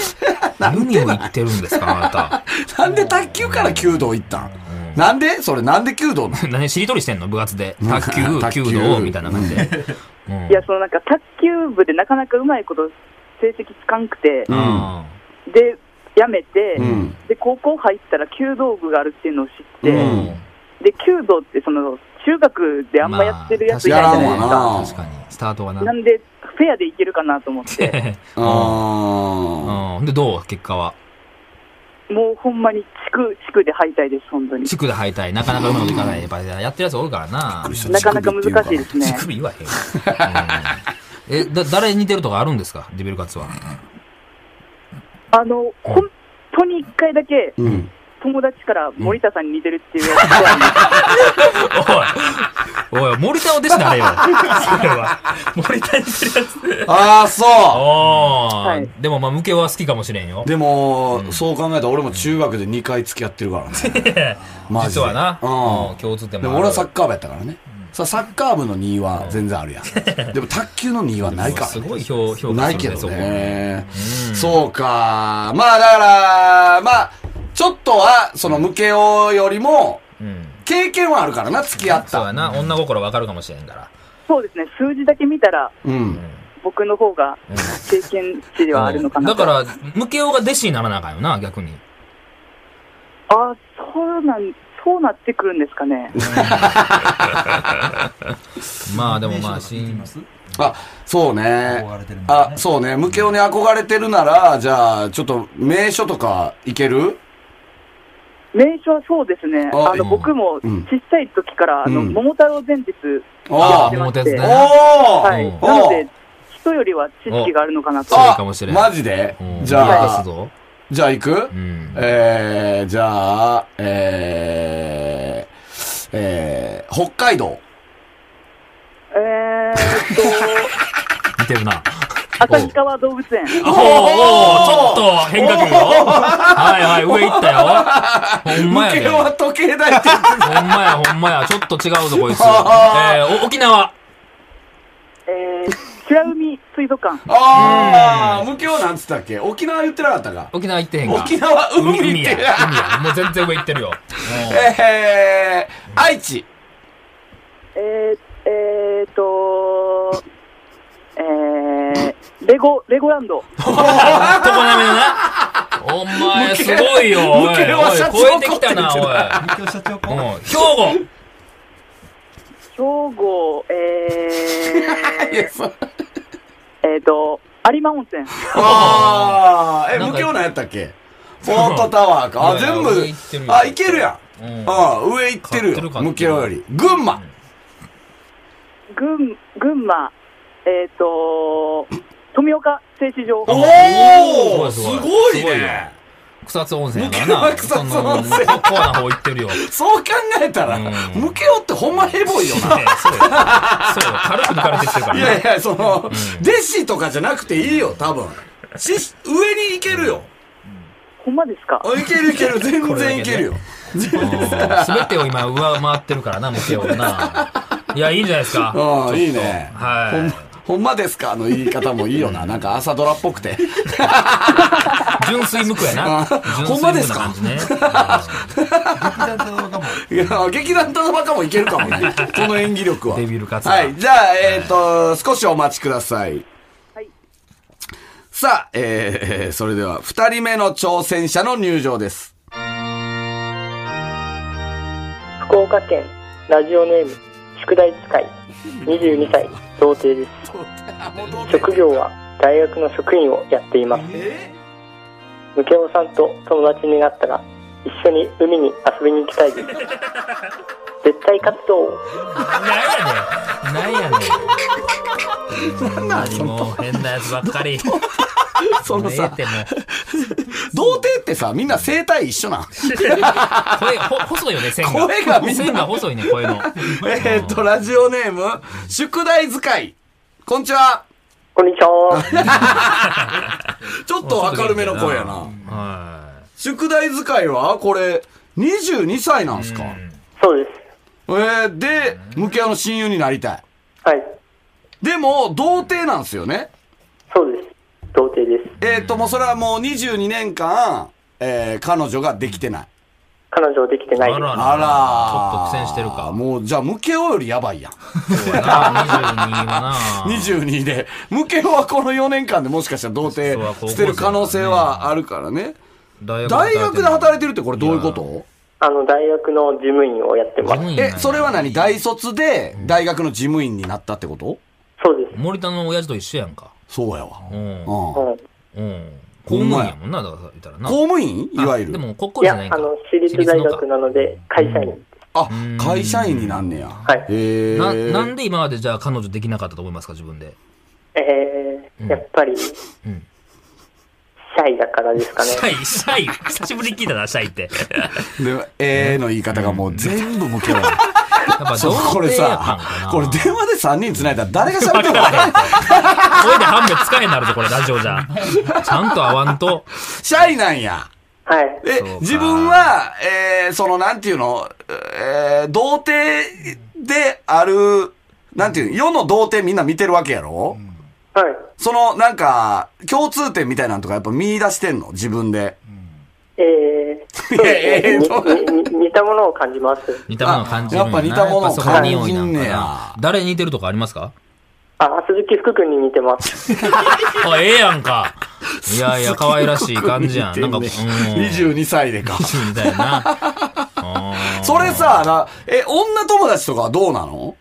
Speaker 2: ー、弓を行ってるんですか、あなた。 (laughs)
Speaker 3: なんで卓球から弓道行ったん、なんでそれなんで弓道なの
Speaker 2: 何しりとりしてんの部活で。
Speaker 3: なん
Speaker 2: 卓
Speaker 3: か
Speaker 2: 球、
Speaker 3: 卓球
Speaker 2: 弓道みたいな感じで。うん
Speaker 6: いや、そのなんか卓球部でなかなかうまいこと成績つかんくて
Speaker 3: う、ん
Speaker 6: で、やめて、
Speaker 3: うん
Speaker 6: で、高校入ったら弓道部があるっていうのを知って、
Speaker 3: う
Speaker 2: うん
Speaker 3: ん
Speaker 6: で、弓道ってその、中学であんまやってるやついないじゃないですか。
Speaker 3: まあ
Speaker 2: 確かに。スタートはな。
Speaker 6: なんで、フェアでいけるかなと思って。
Speaker 3: あ
Speaker 2: (laughs) うん。で、どう結果は。
Speaker 6: もうほんまに地区、地区で敗退です、本当に。
Speaker 2: 地区で敗退。なかなかうまくいかない。やっぱやってるやつおるからな。
Speaker 3: ー
Speaker 6: なかなか難しいです
Speaker 2: 乳
Speaker 6: ね。
Speaker 2: 首言わへんわ。うんえ、だ、誰に似てるとかあるんですかデビルカツは。
Speaker 6: あの、本当に一回だけ
Speaker 3: うん。
Speaker 6: 友達から森田さんに似てるっていうやつは、
Speaker 2: おい、おい、森田の弟子な (laughs) れよ。それは。森田に似てるやつ。
Speaker 3: ああ、そ
Speaker 2: おー、
Speaker 6: はい
Speaker 2: でもまあ、ムケは好きかもしれんよ
Speaker 3: う。でも、そう考えたら俺も中学で2回付き合ってるからね。
Speaker 2: (laughs)
Speaker 3: マジで
Speaker 2: 実はな、
Speaker 3: うん
Speaker 2: うん共通点
Speaker 3: で
Speaker 2: もあ
Speaker 3: も
Speaker 2: る。
Speaker 3: 俺はサッカー部やったからね。さサッカー部の2は全然ある
Speaker 2: (laughs)
Speaker 3: やん。でも卓球の2はないから、ね。
Speaker 2: すごい評評価
Speaker 3: な
Speaker 2: す
Speaker 3: い
Speaker 2: る
Speaker 3: けど
Speaker 2: そこ
Speaker 3: ね。そうか。まあだから、まあ、ちょっとは、その、ムケオよりも、
Speaker 2: うん。
Speaker 3: 経験はあるからな、付き合っ
Speaker 2: そう
Speaker 3: た。
Speaker 2: やな、女心わかるかもしれんから。
Speaker 6: そうですね、数字だけ見たら、
Speaker 3: うん。
Speaker 6: 僕の方が経験値ではあるのかな
Speaker 2: だ
Speaker 6: と。
Speaker 2: か
Speaker 6: あ
Speaker 2: ら、ムケオが弟子にならなあかんよな、逆に。
Speaker 6: あ、そうなん、そうなってくるんですかね。
Speaker 2: まあでもまあ、
Speaker 4: 名称とか聞いてみ
Speaker 2: 新
Speaker 4: ま、す
Speaker 3: あ、そうね
Speaker 4: 憧れてる。んだね
Speaker 3: あ、そうね。ムケオに憧れてるなら、じゃあ、ちょっと、名所とか行ける
Speaker 6: 名称はそうですね。
Speaker 3: あ
Speaker 6: あの、
Speaker 2: うん
Speaker 6: 僕も
Speaker 3: うん
Speaker 6: 小さい時から、あの、
Speaker 3: うん
Speaker 6: 桃太郎電鉄や
Speaker 3: あ
Speaker 6: って
Speaker 3: ー
Speaker 2: 桃
Speaker 6: まし
Speaker 2: 鉄
Speaker 6: て、
Speaker 2: ね
Speaker 3: おー
Speaker 6: は
Speaker 2: う
Speaker 6: い。
Speaker 2: ん
Speaker 6: なの
Speaker 3: お
Speaker 6: で、人よりは知識があるのかな
Speaker 2: そ
Speaker 6: と。
Speaker 2: うかもしれん
Speaker 3: マジで
Speaker 2: うん
Speaker 3: じゃ
Speaker 2: いいです
Speaker 3: あ、
Speaker 2: ぞ。
Speaker 3: じゃあ行く
Speaker 2: うん。
Speaker 3: えー、じゃあ、えー、えー、北海
Speaker 2: (laughs)
Speaker 3: 道。
Speaker 6: えーっと、
Speaker 2: 似てるな。
Speaker 6: 旭川動物園。
Speaker 2: おーおーちょっと変化球よ。はいはい、上行ったよ。ほんま
Speaker 3: 向
Speaker 2: や
Speaker 3: け
Speaker 2: で。
Speaker 3: は時計台
Speaker 2: (laughs)
Speaker 3: って。
Speaker 2: ほんまや、ほんまや。ちょっと違
Speaker 3: (laughs)
Speaker 2: うぞ、こいつ。え
Speaker 3: あ
Speaker 2: ー、お沖縄。
Speaker 6: えー、白海水族館。
Speaker 3: あー、向けはなんつったっけ沖縄言ってなかったか
Speaker 2: 沖縄行ってへんか。
Speaker 3: 沖縄海
Speaker 2: 海
Speaker 3: って
Speaker 2: や。海。や。もう全然上行ってるよ。
Speaker 3: えー、愛知。
Speaker 6: えー、えーっと、えー、レゴ、レゴランド。
Speaker 2: 男並みのな。お前、すごいよ。おい、お
Speaker 3: 向
Speaker 2: い
Speaker 3: けはシャツ
Speaker 2: 超えてきたな、
Speaker 3: 怒ってん
Speaker 2: お
Speaker 4: 東京社長
Speaker 2: い。
Speaker 4: か
Speaker 2: うん、兵庫。
Speaker 6: 兵庫、え
Speaker 3: い (laughs) やそう
Speaker 6: ー、えっと、有馬温泉。
Speaker 3: ああ、え、
Speaker 2: なんか
Speaker 3: 無教なんやったっけポートタワーか。あ、
Speaker 2: いやいや
Speaker 3: 全
Speaker 2: 上行ってる
Speaker 3: 部、
Speaker 2: よ
Speaker 3: あ、いけるやん。
Speaker 2: うん
Speaker 3: あ上行ってる
Speaker 2: 買ってる
Speaker 3: よ。
Speaker 2: 買ってる
Speaker 3: 無教より。群馬。
Speaker 6: 群、群馬、えっと、富岡製糸場。
Speaker 3: お
Speaker 2: お
Speaker 3: お
Speaker 2: ー
Speaker 3: す
Speaker 2: すごい
Speaker 3: ごい
Speaker 2: すごい
Speaker 3: ね
Speaker 2: ね。草津温泉やか
Speaker 3: 向こう
Speaker 2: ら
Speaker 3: は
Speaker 2: な。
Speaker 3: 草津温泉
Speaker 2: そのコアな方行ってる
Speaker 3: (laughs)
Speaker 2: よ。
Speaker 3: そう考えたら
Speaker 2: うん、
Speaker 3: 無教ってほんまヘボいよな。
Speaker 2: ねそうよ。 (laughs) そうよ。軽く抜かれてきてるか
Speaker 3: い
Speaker 2: ら
Speaker 3: やい
Speaker 2: ね。
Speaker 3: や、その、弟子とかじゃなくていいよ、多分。し上に行けるよ。
Speaker 6: ほんまですか
Speaker 3: あいけるいけ
Speaker 2: (laughs)
Speaker 3: る、全然いけるよ。
Speaker 2: すべてを今上回ってるからな、向けをな。いや、いいんじゃないですか。
Speaker 3: ああ、いいね。
Speaker 2: はい
Speaker 3: ほんま、ほんまですかの言い方もいいよな。なんか朝ドラっぽくて。
Speaker 2: 純粋無垢や
Speaker 3: あ
Speaker 2: な。
Speaker 3: ほんまですか
Speaker 2: 純粋無垢な感じね
Speaker 4: 団体の仲間
Speaker 3: いや、劇団とのバカもいけるかも
Speaker 2: (laughs)
Speaker 3: ね。この演技力は。
Speaker 2: デビルカツラ
Speaker 3: はい。じゃあ、えっ、と、少しお待ちください。
Speaker 6: はい。
Speaker 3: さあ、えー、それでは、二人目の挑戦者の入場です。
Speaker 7: 福岡県ラジオネーム宿題使い22歳童貞です職業は大学の職員をやっていますムケオさんと友達になったら一緒に海に遊びに行きたいです
Speaker 2: (laughs)
Speaker 7: 絶対活動
Speaker 2: うんなんやねん。なんやねん。もう変なやつばっかり。
Speaker 3: その
Speaker 2: ええっ
Speaker 3: さ、
Speaker 2: てもう
Speaker 3: 童貞ってさ、みんな声帯一緒なん。
Speaker 2: 声ほ細いよね、線が。
Speaker 3: 声がみんな
Speaker 2: 線が細いね、声の。
Speaker 3: えっと、ラジオネーム、宿題使い。こんにちは。
Speaker 7: こんにち
Speaker 2: (laughs)
Speaker 7: は
Speaker 3: ちょっと明るめの声やな。
Speaker 2: は
Speaker 3: 宿題使いはこれ、22歳なんすか
Speaker 7: そうです
Speaker 3: えー、で、向き合うの親友になりたい。
Speaker 7: はい
Speaker 3: でも、童貞なんすよね。
Speaker 7: そうです童貞です
Speaker 3: えっ、と、もうそれはもう22年間、えー、彼女ができてない。
Speaker 7: 彼女できて
Speaker 2: い。
Speaker 7: ない
Speaker 2: あ
Speaker 7: で
Speaker 2: ら
Speaker 7: す
Speaker 2: ら。
Speaker 3: あらー
Speaker 2: ちょっと苦戦してるか。
Speaker 3: もう、じゃあ、向けよりやばいやん。
Speaker 2: そうやな、22はな。
Speaker 3: 22で。向けはこの4年間でもしかしたら童貞捨てる可能性はあるからね。
Speaker 2: 大
Speaker 3: 大学で働い
Speaker 2: い
Speaker 3: てるってこれどういうこと
Speaker 7: あの大学の事務員をやってます
Speaker 2: て
Speaker 3: え、それは何大卒で大学の事務員になったってこと
Speaker 7: そうです
Speaker 2: 森田の親父と一緒やんか。
Speaker 3: そうやわ。
Speaker 2: うん。
Speaker 3: う
Speaker 2: うん。
Speaker 3: ん。
Speaker 7: うん
Speaker 2: 公務員やもんな、だから言ったらな。
Speaker 3: 公務員いわゆる。
Speaker 2: でも、国
Speaker 7: い
Speaker 2: 公じ
Speaker 7: や
Speaker 2: ゃないん
Speaker 7: あ
Speaker 2: か。
Speaker 7: の私立大学なので会社員
Speaker 3: あ、会社員になんねや。
Speaker 7: はい
Speaker 3: へえ。
Speaker 2: ななんで今までじゃあ彼女できなかったと思いますか自分で。
Speaker 7: えー、やっぱり、シ
Speaker 2: ん
Speaker 7: ャイだからですかね。
Speaker 2: シャイ、シャイ。久しぶりに聞いたな、シャイって。
Speaker 3: で、えーの言い方がもう全部向けよう。
Speaker 2: やっぱ
Speaker 3: そう
Speaker 2: 童
Speaker 3: これ
Speaker 2: 貞やったん
Speaker 3: さ
Speaker 2: かな。、
Speaker 3: これ電話で3人繋いだら誰が喋
Speaker 2: わ
Speaker 3: っても
Speaker 2: からへん。声で判別つかへんなるぞ、これ、ラジオじゃ。ちゃんと合わんと。
Speaker 3: シャイなんや。
Speaker 7: はい。
Speaker 3: え
Speaker 2: そう、か
Speaker 3: 自分は、えー、その、なんていうの、えー、童貞である、なんていうの、世の童貞みんな見てるわけやろ、
Speaker 7: はい。
Speaker 3: その、なんか、共通点みたいなんとかやっぱ見出してんの自分で。
Speaker 7: えー、そう
Speaker 3: いやえ
Speaker 7: で
Speaker 3: ー
Speaker 7: す
Speaker 3: と
Speaker 7: ね。ににに似たものを感じます。
Speaker 2: 似たものを感じるんな
Speaker 3: あやっぱ似たものを
Speaker 2: やっぱそこに匂いなん
Speaker 3: 感じんね
Speaker 2: か
Speaker 3: や
Speaker 2: な。誰に似てるとかありますか
Speaker 7: あ、鈴木福君に似てます。
Speaker 2: あ、ええやんか。いやいや、可愛らしい感じやん。なんか、うん。20
Speaker 3: 22歳でか。
Speaker 2: みたいな。
Speaker 3: それさ、な、え、女友達とかはどうなの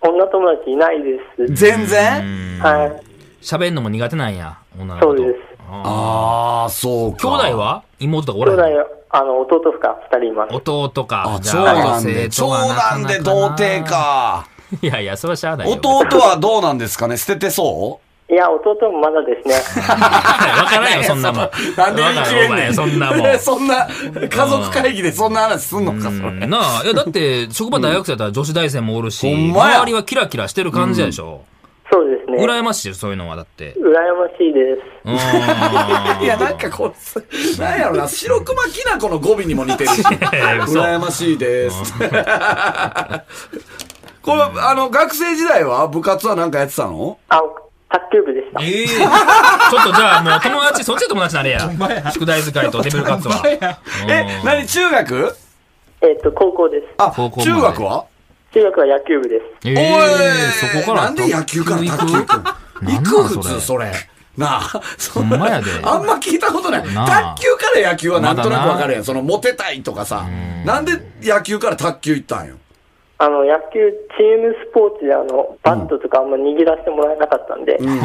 Speaker 7: 女友達いないです。
Speaker 3: 全然
Speaker 7: はい。
Speaker 2: 喋んのも苦手なんや、女の子
Speaker 7: そ
Speaker 2: と。
Speaker 7: うです。
Speaker 3: ああ、そう
Speaker 2: 兄
Speaker 3: か。
Speaker 2: 弟は妹とかお
Speaker 7: 兄
Speaker 2: ら
Speaker 7: 弟
Speaker 2: へん、
Speaker 7: あの、弟か二人います。
Speaker 2: 弟か
Speaker 3: あ、。
Speaker 2: じ
Speaker 3: 長
Speaker 2: ゃあ
Speaker 3: 男で、
Speaker 2: 女性
Speaker 3: 長
Speaker 2: とはなか
Speaker 3: 男
Speaker 2: なかな
Speaker 3: で童貞。か。
Speaker 2: いやいや、それはしゃあないよ。 (laughs)
Speaker 3: 弟はどうなんですかね捨ててそう
Speaker 7: いや、弟もまだですね。
Speaker 2: わからんよ、そんなもん。
Speaker 3: (laughs) なんで言い切れん
Speaker 2: わから
Speaker 3: ね
Speaker 2: よ
Speaker 3: ん。
Speaker 2: そんなもん。
Speaker 3: (laughs) そんな、家族会議でそんな話すんのか、それ。
Speaker 2: なあ、いや、だって、職場大学生だったら女子大生もおるし、
Speaker 3: ほんまや
Speaker 2: 周りはキラキラしてる感じやでしょ。
Speaker 7: そうですね。
Speaker 2: 羨ましいよ、そういうのは、だって。
Speaker 7: 羨ましいです。
Speaker 3: (laughs)
Speaker 2: うーん
Speaker 3: いや、なんかこう、なんやろな、白熊きなこの語尾にも似て
Speaker 2: (laughs)
Speaker 3: るし。羨ましいです。 (laughs) これ、あの、学生時代は部活はなんかやってたの
Speaker 7: あ、卓球部でした。
Speaker 2: ええちょっとじゃあもう友達、そっちの友達なれや。宿題使いとデビルカッ
Speaker 3: (laughs)
Speaker 2: ツは。
Speaker 3: え、何、中学
Speaker 7: えっと、高校です。
Speaker 3: あ、
Speaker 2: 高校まで
Speaker 3: 中学は
Speaker 7: 中学は野球部です。
Speaker 2: え
Speaker 3: おい
Speaker 2: えそこから。
Speaker 3: なんで野球から卓球行くの
Speaker 2: なんなん
Speaker 3: 行く普
Speaker 2: そ
Speaker 3: 通
Speaker 2: れ
Speaker 3: それ。なあ、そん
Speaker 2: ほんまやで
Speaker 3: あんま聞いたことない。
Speaker 2: なあ
Speaker 3: 卓球から野球はなんとな
Speaker 2: ま
Speaker 3: く
Speaker 2: だな
Speaker 3: わかるやん。その、モテたいとかさ。なんで野球から卓球行ったんよ。
Speaker 7: あの、野球、チームスポーツであの、バットとかあんま握らせてもらえなかったんで、
Speaker 3: うん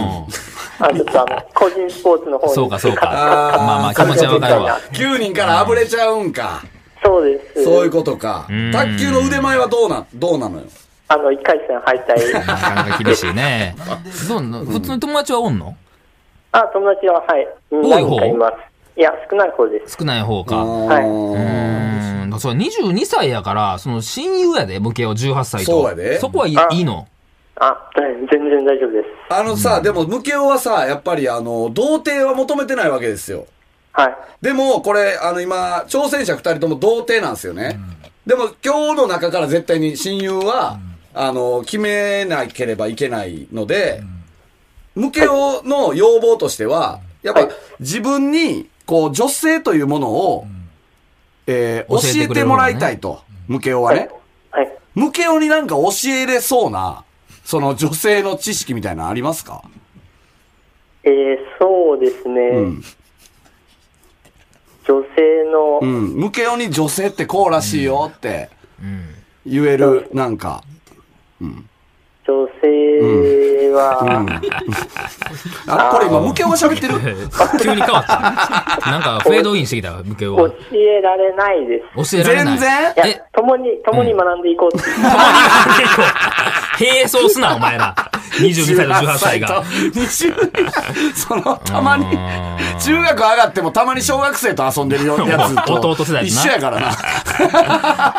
Speaker 7: あちょっとあの、個人スポーツの方に。
Speaker 2: そうか、そうか。
Speaker 3: あー
Speaker 2: まあまあ、気持ちはわかるわ。
Speaker 3: 9人からあぶれちゃうんか。
Speaker 7: (laughs) そうです。
Speaker 3: そういうことか
Speaker 2: うん。
Speaker 3: 卓球の腕前はどうなん、どうなのよ。
Speaker 7: あの、一回戦敗退。
Speaker 3: (laughs)
Speaker 2: なかなか厳しい (laughs) ね。どうなの普通の友達はおんの
Speaker 7: あ、友達は、はい。
Speaker 2: 多い方
Speaker 7: 何人かいます。いや、少ない方です。
Speaker 2: 少ない方
Speaker 3: あ
Speaker 2: か。
Speaker 7: はい
Speaker 3: ー
Speaker 7: う
Speaker 2: ーん。だからそれ22歳やから、その親友やで、ボケを18歳と。
Speaker 3: そうやで
Speaker 2: そこはい
Speaker 7: あ
Speaker 2: いい (laughs) の。
Speaker 7: あ、だい全然大丈夫です。
Speaker 3: あのさ、でも、ムケオはさ、やっぱりあの、童貞は求めてないわけですよ。
Speaker 7: はい。
Speaker 3: でも、これ、あの、今、挑戦者二人とも童貞なんですよね。でも、今日の中から絶対に親友は、あの、決めなければいけないので、ムケオの要望としては、やっぱ、自分に、こう、女性というものを、えー
Speaker 2: 教
Speaker 3: 教
Speaker 2: えて
Speaker 3: え
Speaker 2: くれ
Speaker 3: て
Speaker 2: るも
Speaker 3: も
Speaker 2: のね
Speaker 3: らいたいと、ムケオはね。
Speaker 7: はい。
Speaker 3: ムケオになんか教えれそうな、その女性の知識みたいなのありますか
Speaker 7: えー、そうですね。
Speaker 3: うん。
Speaker 7: 女性の、
Speaker 3: うん。ムケオに女性ってこうらしいよって言える、なんか。
Speaker 7: 女性は、
Speaker 3: あれこれ今、ムケオが喋ってる
Speaker 2: 急に変わった。なんか、フェードインしてきた、向けを
Speaker 7: 教。えられないです。
Speaker 2: 教えられない。
Speaker 3: 全然
Speaker 7: い
Speaker 2: え
Speaker 7: や、共に、共に学んでいこ
Speaker 2: (laughs)
Speaker 7: うっていう。
Speaker 2: 並走す (laughs) な、お前ら。22歳と18歳が。
Speaker 3: 20年その、たまに、中学上がってもたまに小学生と遊んでるよやつと、
Speaker 2: (laughs) 弟世代な
Speaker 3: 一緒や
Speaker 2: (laughs)
Speaker 3: からな。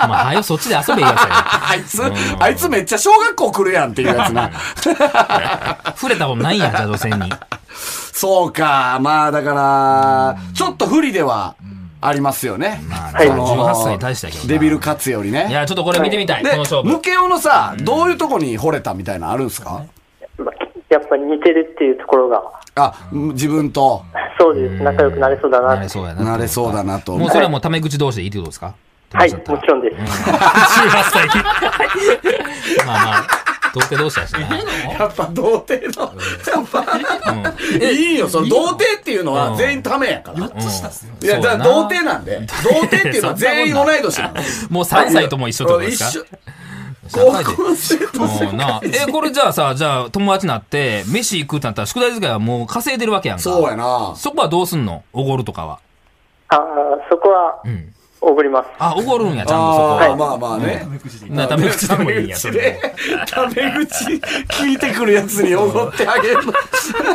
Speaker 2: お前、はよ、そっちで遊べ、やつ
Speaker 3: あいつ、あいつめっちゃ小学校来るやんっていうやつな。
Speaker 2: 触れたことないんや、じゃあ女性に。
Speaker 3: そうか、まあだから、ちょっと不利ではありますよね。
Speaker 7: い
Speaker 3: その
Speaker 2: 18歳に対してだけどな
Speaker 3: デビル勝つより
Speaker 2: い
Speaker 3: ね。
Speaker 2: や、ちょっとこれ見てみたい、
Speaker 3: で
Speaker 2: この勝、負
Speaker 3: ム。ケオのさ、どういうとこに惚れたみたいなのあるんですか
Speaker 7: やっぱ似てるっていうところが、
Speaker 3: あ、自分と
Speaker 7: そうです。仲良くなれそうだな
Speaker 2: な
Speaker 7: って
Speaker 2: れ。そうやな。
Speaker 3: なれそうだなと。
Speaker 2: もうそれはもうタメ口同士でいいってことですか
Speaker 7: はい、
Speaker 2: 友達だったら
Speaker 7: もちろんです。
Speaker 2: 18歳に。 (laughs) まあまあ、童貞同士だしな。
Speaker 3: やっぱ童貞の、やっぱ、
Speaker 2: え
Speaker 3: いいよ、その童貞っていうの
Speaker 2: うん
Speaker 3: は全員ためやから。
Speaker 4: 4つしたっすよ。
Speaker 3: いや、
Speaker 2: そう
Speaker 3: だ
Speaker 2: や
Speaker 3: から
Speaker 2: な
Speaker 3: 童貞なん
Speaker 2: (laughs)
Speaker 3: で、童貞っていうのは全員同い年なんです。
Speaker 2: もう3歳とも一緒ってことですか
Speaker 3: 一緒。
Speaker 2: 社会人
Speaker 3: 高校生と世
Speaker 2: もう
Speaker 3: 界
Speaker 2: な。え、これじゃあさ、じゃあ友達になって、飯行くってなったら宿題使いはもう稼いでるわけやんか。
Speaker 3: そうやな。
Speaker 2: そこはどうすんのおごるとかは。
Speaker 7: ああ、そこは
Speaker 2: ん、
Speaker 7: おごります。
Speaker 2: あ、おごるんや、ちゃ
Speaker 3: あ
Speaker 2: んとそこは。
Speaker 3: あ、まあまあね。
Speaker 2: なタメ (laughs) 口でもいいんや、そ
Speaker 3: タ
Speaker 2: れ
Speaker 3: メ
Speaker 2: も。
Speaker 3: 口でタメ口聞いてくるやつにおごってあげるの。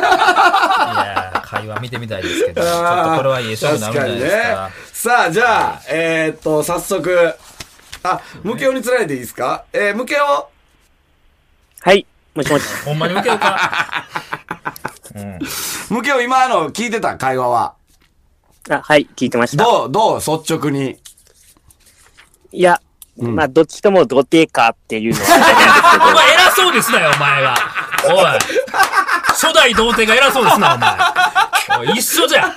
Speaker 2: いや、会話見てみたいですけど、ちょっとこれはいい勝負になるんじゃないです
Speaker 3: 確
Speaker 2: か
Speaker 3: にね。さあ、じゃあ、えーっと、早速。あ、ムケオにつないでいいですかえー、ムケオ。
Speaker 5: はい。もしもし。
Speaker 2: ほんまに受けようか。うん。
Speaker 3: ムケオ、今の聞いてた会話は。
Speaker 5: あ、はい、聞いてました。
Speaker 3: どう、どう、率直に。
Speaker 5: いや、まあ、どっちとも童貞かっていう (laughs) のは。
Speaker 2: お前偉そうですなよ、お前が。おい。初代童貞が偉そうですな、お前。おい一緒じゃん。童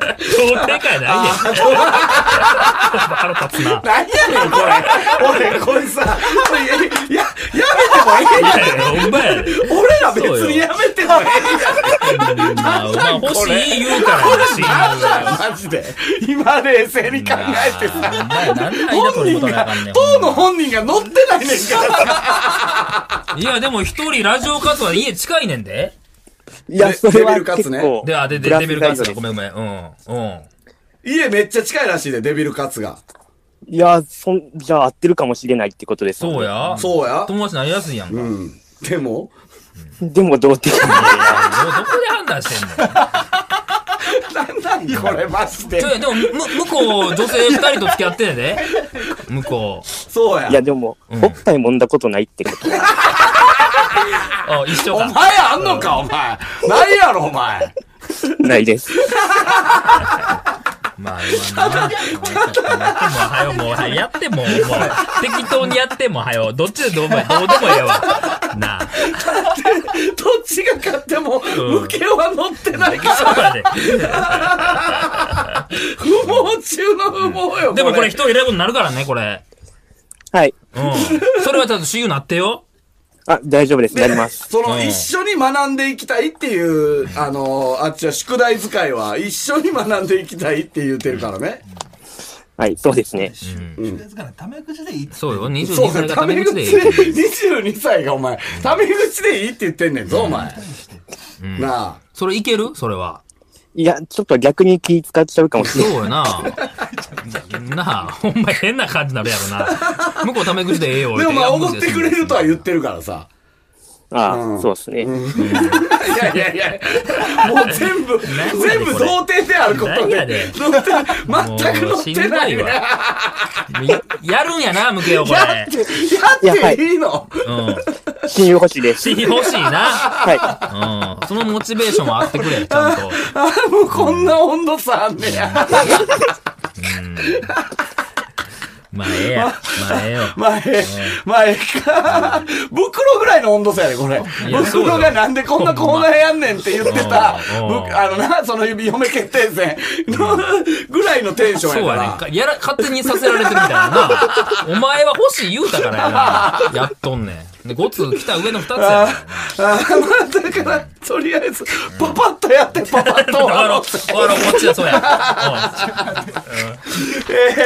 Speaker 2: 貞かやないねん。腹立つ
Speaker 3: な
Speaker 2: な。
Speaker 3: んやねん、これ。俺、これさ、これや、や、やめてもええ
Speaker 2: い
Speaker 3: やん。
Speaker 2: やいや、ほんまやで。
Speaker 3: 俺ら別にやめてもえ
Speaker 2: まあ、お前欲しい言うからやし。
Speaker 3: えやん。マジで。今冷静に考えてさ。
Speaker 2: お前なんで間
Speaker 3: 本
Speaker 2: 取り
Speaker 3: 人
Speaker 2: 持たなあ
Speaker 3: が
Speaker 2: かんねん、
Speaker 3: 当の本人が乗ってないねんから。
Speaker 2: いや、でも一人ラジオ活動は家近いねんで。
Speaker 5: いや、
Speaker 3: レ
Speaker 5: それ
Speaker 3: レベ
Speaker 5: は
Speaker 3: ル勝つ
Speaker 5: 結
Speaker 3: ね
Speaker 5: 構。
Speaker 2: で、あ、で、
Speaker 5: プ
Speaker 2: で、
Speaker 5: ラ
Speaker 2: レ
Speaker 5: ス
Speaker 2: ベル
Speaker 5: ガ
Speaker 2: カ
Speaker 5: イド
Speaker 2: ツ
Speaker 5: で
Speaker 2: ごめんごめん。うん。うん。
Speaker 3: 家めっちゃ近いらしいで、デビルカツが。
Speaker 5: す。いや、そん、じゃあ合ってるかもしれないってことです、
Speaker 2: そう。や。
Speaker 3: そうや。
Speaker 2: 友達になりやすいやんか。
Speaker 3: うん。でも、
Speaker 5: でも童貞。
Speaker 2: (laughs) どどこで判断してんの
Speaker 3: なんなんこれマジで
Speaker 2: ちょ。いやでも、む、向こう、女性二人と付き合ってんねんで。向こう。
Speaker 3: そうや。
Speaker 5: いや、でも、おっぱい揉んだことないってこと。
Speaker 2: あ、一緒
Speaker 3: お
Speaker 2: か。
Speaker 3: 前あんのか、お前。ないやろ、お前。
Speaker 5: ない
Speaker 2: (laughs)
Speaker 5: です。
Speaker 2: まあ、今な。やっても、はよ、もう、はよ、やっても、もう、適当にやっても、はよ。どっちでどうも、どうでもええわ。なあ。
Speaker 3: どっちが勝っても、
Speaker 2: うん
Speaker 3: 無形は乗ってないから。
Speaker 2: そうやで。
Speaker 3: 不毛中の不毛よ。
Speaker 2: でもこれ一人選ぶことになるからね、これ。
Speaker 5: はい。
Speaker 2: うん。それはちゃんと私有なってよ。
Speaker 5: あ、大丈夫です。やります。
Speaker 3: その、
Speaker 2: うん
Speaker 3: 一緒に学んでいきたいっていう、あの、あっちは宿題使いは、一緒に学んでいきたいって言ってるからね。
Speaker 5: はい、そうですね。
Speaker 2: うん
Speaker 4: 宿題使いのため口でいいって
Speaker 2: そうよ、
Speaker 3: そう
Speaker 2: 22
Speaker 3: だ
Speaker 2: 歳
Speaker 3: よ、
Speaker 2: が
Speaker 3: タ
Speaker 2: タ
Speaker 3: メ
Speaker 2: メ
Speaker 3: 口
Speaker 2: 口
Speaker 3: で
Speaker 2: で
Speaker 3: い
Speaker 2: い
Speaker 3: い。
Speaker 2: い。
Speaker 3: 22歳がお前、タメ口でいいって言ってんねんぞ、お前。なあ。
Speaker 2: それいけるそれは。
Speaker 5: いや、ちょっと逆に気使っちゃうかもしれない。
Speaker 2: そうやな。なあ、ほんま変な感じになるやろな。向こうタメ口でええよ。
Speaker 3: でもまあ、
Speaker 2: 俺
Speaker 3: おごってくれるとは言ってるからさ。
Speaker 5: ああ、
Speaker 3: うん
Speaker 5: そうですね。
Speaker 3: いやいやいや、もう全部、
Speaker 2: 何やね
Speaker 3: 全
Speaker 2: ん
Speaker 3: 部
Speaker 2: これ
Speaker 3: 童貞であること
Speaker 2: 何や
Speaker 3: で
Speaker 2: ね。
Speaker 3: 乗って全く乗ってない
Speaker 2: もうしんどいわ
Speaker 3: ね。
Speaker 2: (laughs) やるんやな、向けよ、こ
Speaker 3: や
Speaker 2: れ
Speaker 3: っ。て、やっていいの
Speaker 2: うん。
Speaker 5: 親友欲しいです。
Speaker 2: し欲しいな。
Speaker 5: は
Speaker 2: うん。そのモチベーションもあってくれ、ちゃんと。
Speaker 3: あ、もうこんな温度差あんねや。
Speaker 2: まあ、ええや。まあ、ええよ。
Speaker 3: まあ、ええ、まあ、ええか。袋ぐらいの温度差やで、これ。
Speaker 2: いやそうだよ
Speaker 3: 袋がなんでこんなコーナーやんねんって言ってた、
Speaker 2: うんうん
Speaker 3: ぶあのな、その指嫁決定戦のぐらいのテンショ
Speaker 2: そ
Speaker 3: ン
Speaker 2: う
Speaker 3: や
Speaker 2: やねん
Speaker 3: か
Speaker 2: か。やら、勝手にさせられてるみたいなな。お前は欲しい言うたからやな。やっとんねん。で、5つ来た上の2つやか
Speaker 3: ら。
Speaker 2: らな。
Speaker 3: あまあ、だから、とりあえず、パパッとやって、パパッと終
Speaker 2: 終
Speaker 3: わ
Speaker 2: わ
Speaker 3: ろ
Speaker 2: ろ
Speaker 3: う
Speaker 2: う、
Speaker 3: ぜ
Speaker 2: 終わろう、こっちだ、そうや。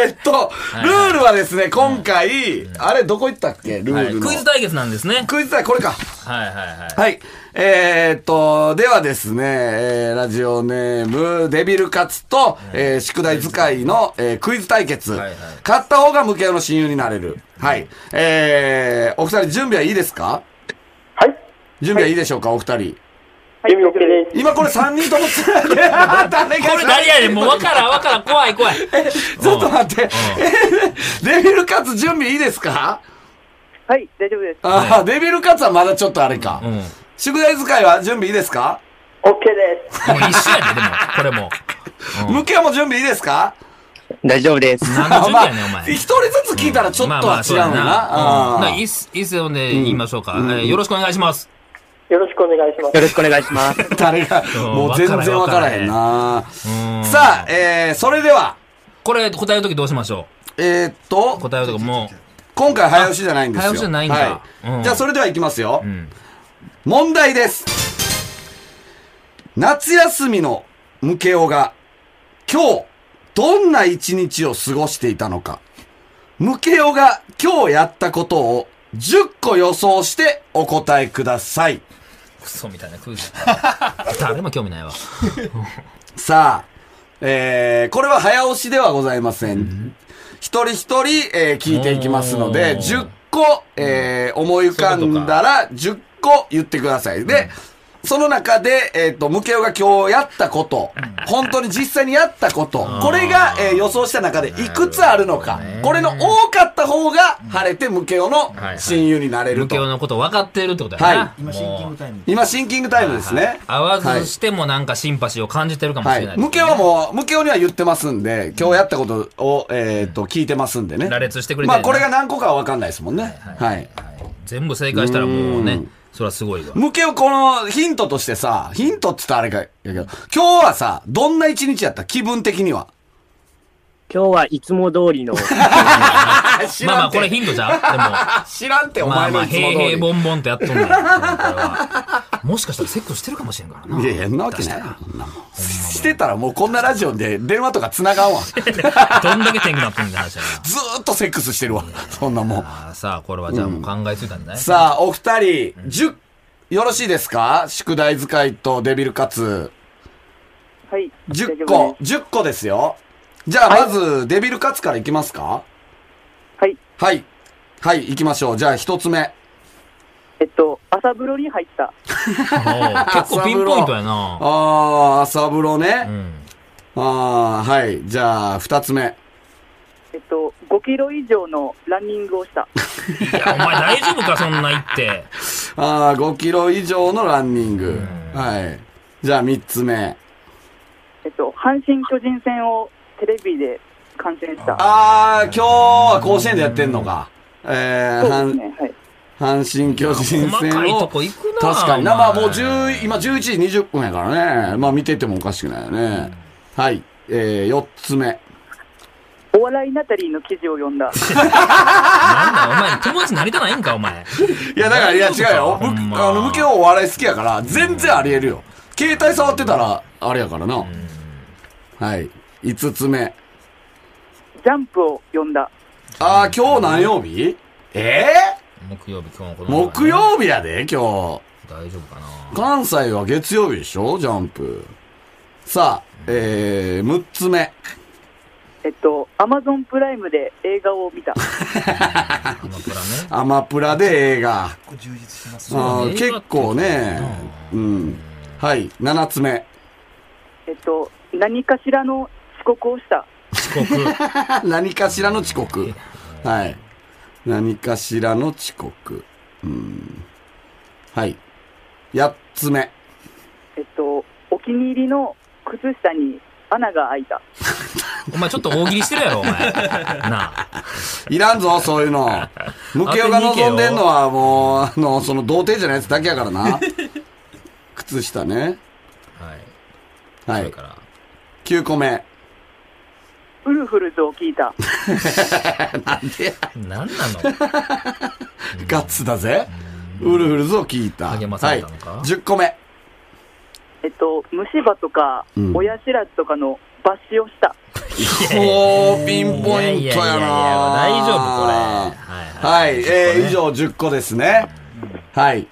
Speaker 3: えーっと、ルールはですね、今回、あれ、どこ行ったっけル
Speaker 2: うんは
Speaker 3: ー
Speaker 2: い
Speaker 3: ルの。
Speaker 2: クイズ対決なんですね。
Speaker 3: クイズだ、これか。
Speaker 2: はいはいはい。
Speaker 3: はい。えーっと、ではですね、えーラジオネーム、デビルカツと、えー宿題使いの、えークイズ対決。
Speaker 2: はいはい
Speaker 3: 勝った方が向けの親友になれる。はい。えー、お二人準備はいいですか
Speaker 7: はい。
Speaker 3: 準備はいいでしょうか、お二人。
Speaker 7: 準備 OK です。
Speaker 3: 今これ3人ともつな
Speaker 2: (laughs)
Speaker 3: がれあ誰が
Speaker 2: これ何やねん、もうわからん、わからん、怖い怖い。
Speaker 3: ちょっと待って。デビルカツ準備いいですか
Speaker 6: はい、大丈夫です。
Speaker 3: あーデビルカツはまだちょっとあれか。
Speaker 2: うん。もう
Speaker 3: 宿題使いは準備いいですか
Speaker 7: OK です。
Speaker 2: 一緒やで、でも、これも。うん
Speaker 3: 向けも準備いいですか
Speaker 5: 大丈夫
Speaker 2: (laughs)
Speaker 5: です。
Speaker 2: 何の準
Speaker 3: ま
Speaker 2: 備
Speaker 3: あ
Speaker 2: やねん、お前。
Speaker 3: 一人ずつ聞いたらちょっと
Speaker 2: まあま
Speaker 3: は
Speaker 2: あ
Speaker 3: 違
Speaker 2: そうや
Speaker 3: な。ああ
Speaker 2: なうん。一一世で言いましょうか。えーよろしくお願いします。
Speaker 7: よろしくお願いします
Speaker 5: よ。ろしくお願いし
Speaker 2: (laughs)
Speaker 5: ます。
Speaker 3: 誰が、
Speaker 2: ん
Speaker 3: もう全然わからへんな。
Speaker 2: うん
Speaker 3: さあ、えー、それでは、
Speaker 2: これ答えるときどうしましょ
Speaker 3: えー、っ
Speaker 2: う
Speaker 3: と、
Speaker 2: 答えるときも
Speaker 3: 今回早押しじゃないんですよ。
Speaker 2: あ早押しじゃないんだ
Speaker 3: はい
Speaker 2: うん
Speaker 3: じゃあそれではいきますよ
Speaker 2: う。う。ん。
Speaker 3: 問題です。夏休みのムケオが、今日、どんな一日を過ごしていたのか。ムケオが今日やったことを10個予想してお答えください。
Speaker 2: クソみたいなクイズ。誰も興味ないわ。
Speaker 3: さあ、えー、これは早押しではございません。一人一人、えー聞いていきますので、
Speaker 2: おー
Speaker 3: 10個、えー、思い浮かんだら、10個言ってください。で、その中で、えっ、と、ムケオが今日やったこと、本当に実際にやったこと、これが、えー予想した中でいくつあるのか
Speaker 2: なるほどね、
Speaker 3: これの多かった方が晴れてムケオの
Speaker 2: はいはい
Speaker 3: 親友になれる
Speaker 2: ル
Speaker 3: と。
Speaker 2: ケオのこと分かってるってことやな。
Speaker 3: はい
Speaker 4: 今シンキングタイム
Speaker 3: 今、シンキングタイムですね。
Speaker 2: 合わず
Speaker 3: はい
Speaker 2: してもなんかシンパシーを感じてるかもし
Speaker 3: は。
Speaker 2: れないいですね。
Speaker 3: ムケはもう、ムケオには言ってますんで、今日やったことを、えーっと、聞いてますんでね。
Speaker 2: 羅列してくれてる
Speaker 3: ま
Speaker 2: な
Speaker 3: あ、これが何個かは分かんないですもんね。はい。
Speaker 2: 全部正解したらもう
Speaker 3: う
Speaker 2: ね
Speaker 3: ん、
Speaker 2: それはすごいわ。
Speaker 3: ムケオ、このヒントとしてさ、ヒントって言ったらあれか、やけど、今日はさ、どんな一日やった気分的には。
Speaker 5: 今日はいつも通りの、
Speaker 3: あ、知
Speaker 2: まあま
Speaker 3: ら
Speaker 2: あ
Speaker 3: んて。
Speaker 2: これヒントじゃん。でも、
Speaker 3: 知らん (laughs) て、お
Speaker 2: ま
Speaker 3: 前
Speaker 2: あま
Speaker 3: の
Speaker 2: あ、
Speaker 3: いつも
Speaker 2: 平
Speaker 3: 通
Speaker 2: 平
Speaker 3: り。
Speaker 2: ボンボンとやっとん
Speaker 3: (laughs)
Speaker 2: ねん。これはもしかしたらセックスしてるかもしれんからな。
Speaker 3: いやいや、んなわけないよ。こんなもんしてたらもうこんなラジオで電話とか繋がんわ。ず
Speaker 2: どんだけ天狗なってんって話や
Speaker 3: ーっとセックスしてるわ。 (laughs) そんなもん。
Speaker 2: な。あーさあ、これはじゃあもう考えついたんじゃない
Speaker 3: さあ、お二人、十、よろしいですか宿題使いとデビルカツ。
Speaker 6: はい、大丈
Speaker 3: 10
Speaker 6: 夫
Speaker 3: 個
Speaker 6: で、
Speaker 3: 10個ですよ。じゃあ、まず、デビルカツからいきますか
Speaker 6: す。はい、
Speaker 3: はい。はい、行きましょう。じゃあ、一つ目。
Speaker 6: えっと、朝風呂に入った。
Speaker 2: おー結構ピンポイントや
Speaker 3: あ
Speaker 2: な。
Speaker 3: ー、朝風呂
Speaker 2: う
Speaker 3: ね。
Speaker 2: ん。
Speaker 3: あー、はい。じゃあ、二つ目。
Speaker 6: えっと、5キロ以上のランニングをした。
Speaker 2: いや、お前大丈夫か、そんな言って。
Speaker 3: あー、5キロ以上のランニング。はい。じゃあ、三つ目。
Speaker 6: えっと、阪神巨人戦をテレビで観戦した。
Speaker 3: あー、今日は甲子園でやってんのか。えー、
Speaker 6: そうです
Speaker 3: 阪
Speaker 6: ね、はい。
Speaker 3: 阪神巨人
Speaker 2: 細
Speaker 3: 戦
Speaker 2: かいと
Speaker 3: を。
Speaker 2: こ行くな。
Speaker 3: 確かに
Speaker 2: お
Speaker 3: な。
Speaker 2: 前
Speaker 3: まあもう10、今11時20分やからね。まあ見ててもおかしくないよね。はい。えー、4つ目。
Speaker 6: お笑いナタリーの記事を読んだ。
Speaker 2: なんだ、お前、友達なりたないんか、お前。
Speaker 3: いや、だから、いや、違うよ。む
Speaker 2: ほんま
Speaker 3: あの、向けはお笑い好きやから、全然あり得るよ。携帯触ってたら、あれやからな。はい。5つ目。
Speaker 6: えっジャンプを読んだ。
Speaker 3: ああ、今日何曜日え
Speaker 2: 木曜日、今日こ
Speaker 3: え
Speaker 2: の前ね
Speaker 3: 木曜日やで、今日。
Speaker 2: 大丈夫かな
Speaker 3: 関西は月曜日でしょジャンプ。さあ、えー、6つ目。
Speaker 6: えっと、アマゾンプライムで映画を見た。
Speaker 2: アマプラね。
Speaker 3: アマプラで映画。
Speaker 4: 構充実してます
Speaker 3: あー
Speaker 2: 映画
Speaker 3: 結
Speaker 2: って
Speaker 3: 構ね。うん。はい、7つ目。 (laughs)
Speaker 6: えっと、何かしらの遅刻をした。
Speaker 2: 遅刻。
Speaker 3: あ何かしらの遅刻。はい。何かしらの遅刻。うん。はい。8つ目。
Speaker 6: えっと、お気に入りの靴下に穴が開いた。
Speaker 2: お前ちょっと大喜利してるやろ、
Speaker 3: (laughs)
Speaker 2: お前。なあ。
Speaker 3: いらん
Speaker 2: (laughs)
Speaker 3: ぞ、そういうの。ムケオが望んでんのは、もう、あの、その、童貞じゃないやつだけやから
Speaker 2: (laughs)
Speaker 3: な。靴下ね。
Speaker 2: は
Speaker 3: は
Speaker 2: い。それ
Speaker 3: い
Speaker 2: か。ら。
Speaker 3: 9個目。
Speaker 6: ウルフルズを聞いた。
Speaker 2: 何なの
Speaker 3: ガッツだぜ。ウルフルズを聞いた。
Speaker 2: 励まされたのか
Speaker 3: はい。10個目。
Speaker 6: えっと、虫歯とか、
Speaker 3: うん
Speaker 6: 親知らずとかの抜歯をした。
Speaker 3: おー、ピンポイントや
Speaker 2: いやいやいやいや
Speaker 3: な
Speaker 2: 大丈夫これ。
Speaker 3: はい、えー、以
Speaker 2: 上。
Speaker 3: 上10個ですね。はい。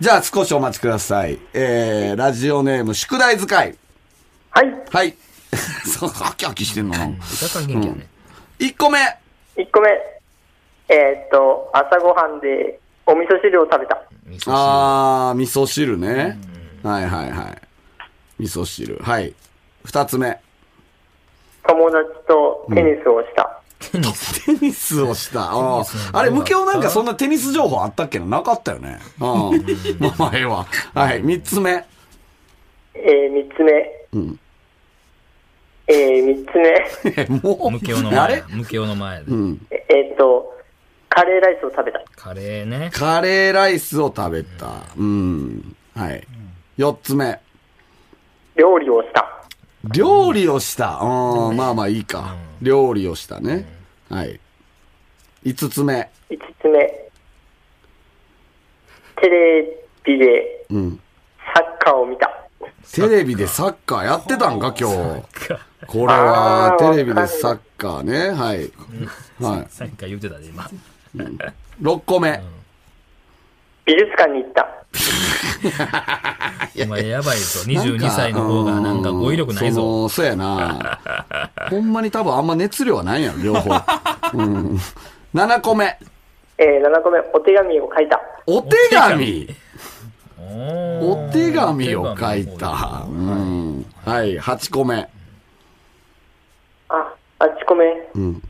Speaker 3: じゃあ少しお待ちください。えー、ラジオネーム、宿題使い。
Speaker 7: はい、
Speaker 3: はい。 (laughs) そう、ハキハキしてんのな。
Speaker 2: 若干元気やね。
Speaker 3: 1個目。
Speaker 7: 1個目。えーっと、朝ごはんでお味噌汁を食べた。
Speaker 2: 味噌汁
Speaker 3: あー、味噌汁ね。はいはいはい。味噌汁。はい。2つ目。 (laughs)
Speaker 7: 友達とテニスをした。
Speaker 3: テニスをした。あーあれ、無形なんかそんなテニス情報あったっけななかったよね。うん。 (laughs) まあまあ、ええわ。はい。3つ目。
Speaker 7: えー、3つ目。
Speaker 3: うん
Speaker 7: えー、3つ目。
Speaker 3: えもう。
Speaker 2: ムケオの
Speaker 3: あれ
Speaker 2: 前。ムケオの前で。
Speaker 3: うん。
Speaker 7: えーっと、カレーライスを食べた。
Speaker 2: カレーね。
Speaker 3: カレーライスを食べた。うん。はい。4つ目。
Speaker 7: 料理をした。
Speaker 3: 料理をした。うん、まあまあいいか。料理をしたね。はい。5つ目。
Speaker 7: 5つ目。テレビで
Speaker 3: うん。
Speaker 7: サッカーを見た。
Speaker 3: テレビでサッカーやってたんか、今日。これ
Speaker 7: あ
Speaker 3: は、
Speaker 7: ー
Speaker 3: テレビでサッカーね。はい。はい。
Speaker 2: さっきから言ってたで、今。
Speaker 3: 6個目。
Speaker 7: 美術館に行った。
Speaker 2: お前やばいぞ。22歳の方がなんか語彙力ないぞ。
Speaker 3: うんそのそうや
Speaker 2: (laughs)
Speaker 3: な。ほんまに多分あんま熱量はないんやろ、両方。うん。7個目。
Speaker 7: えー、7個目。お手紙を書いた。
Speaker 3: お手紙。
Speaker 2: お
Speaker 3: お
Speaker 2: ー
Speaker 3: 手紙を書いた。うん。はい、8個目。
Speaker 7: あ、8個目。
Speaker 3: ん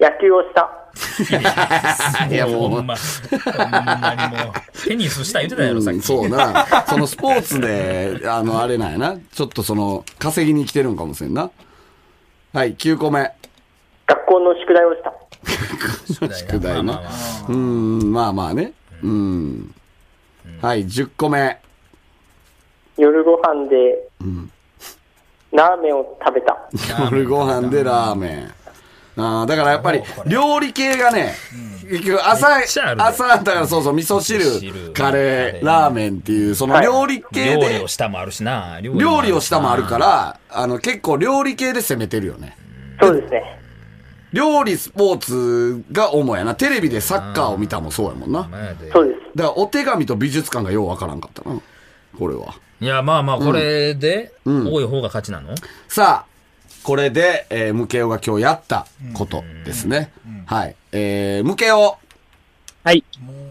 Speaker 7: 野球をした。
Speaker 2: (laughs)
Speaker 3: いや、も
Speaker 2: ほ
Speaker 3: う。
Speaker 2: んま、ほんまにもう、テニスした言ってたやろ、さっ
Speaker 3: うん
Speaker 2: き。
Speaker 3: そうな。そのスポーツで、 (laughs) あの、あれなんやな。ちょっとその、稼ぎに来てるんかもしれんな。はい、9個目。
Speaker 7: 学校の宿題をした。
Speaker 2: 宿
Speaker 3: 題な
Speaker 2: まあまあまあ
Speaker 3: うーん、まあまあね。うーん。はい、10個目。
Speaker 7: 夜ご飯で、ラーメンを食べた。
Speaker 3: 夜ご飯でラーメン。あーだからやっぱり、料理系がね、結局朝、
Speaker 2: めっちゃあるで
Speaker 3: 朝、だからそうそう、味噌
Speaker 2: 味噌
Speaker 3: 汁、
Speaker 2: 汁
Speaker 3: カレ
Speaker 2: カレ
Speaker 3: ー、
Speaker 2: ー
Speaker 3: ラーメンっていう、その
Speaker 7: はい
Speaker 3: 料理系
Speaker 2: 料理
Speaker 3: で
Speaker 2: を、したもあるしな。料。
Speaker 3: 料理をしたもあるからら、あの、結構料理系で攻めてるよね。
Speaker 7: そうですね。
Speaker 3: (laughs) 料理、スポーツが主やな。テレビでサッカーを見たもそうやもんな。だか
Speaker 2: 前で
Speaker 7: そうです。
Speaker 3: ら、お手紙と美術館がようわからんかったな。これは。
Speaker 2: いや、まあまあ、これで、
Speaker 3: ん
Speaker 2: 多い方が勝ちなの
Speaker 3: さあ、これで、えー、ムケオが今日やったことですね。はい。えー、ムケオ、
Speaker 5: はい。
Speaker 3: 被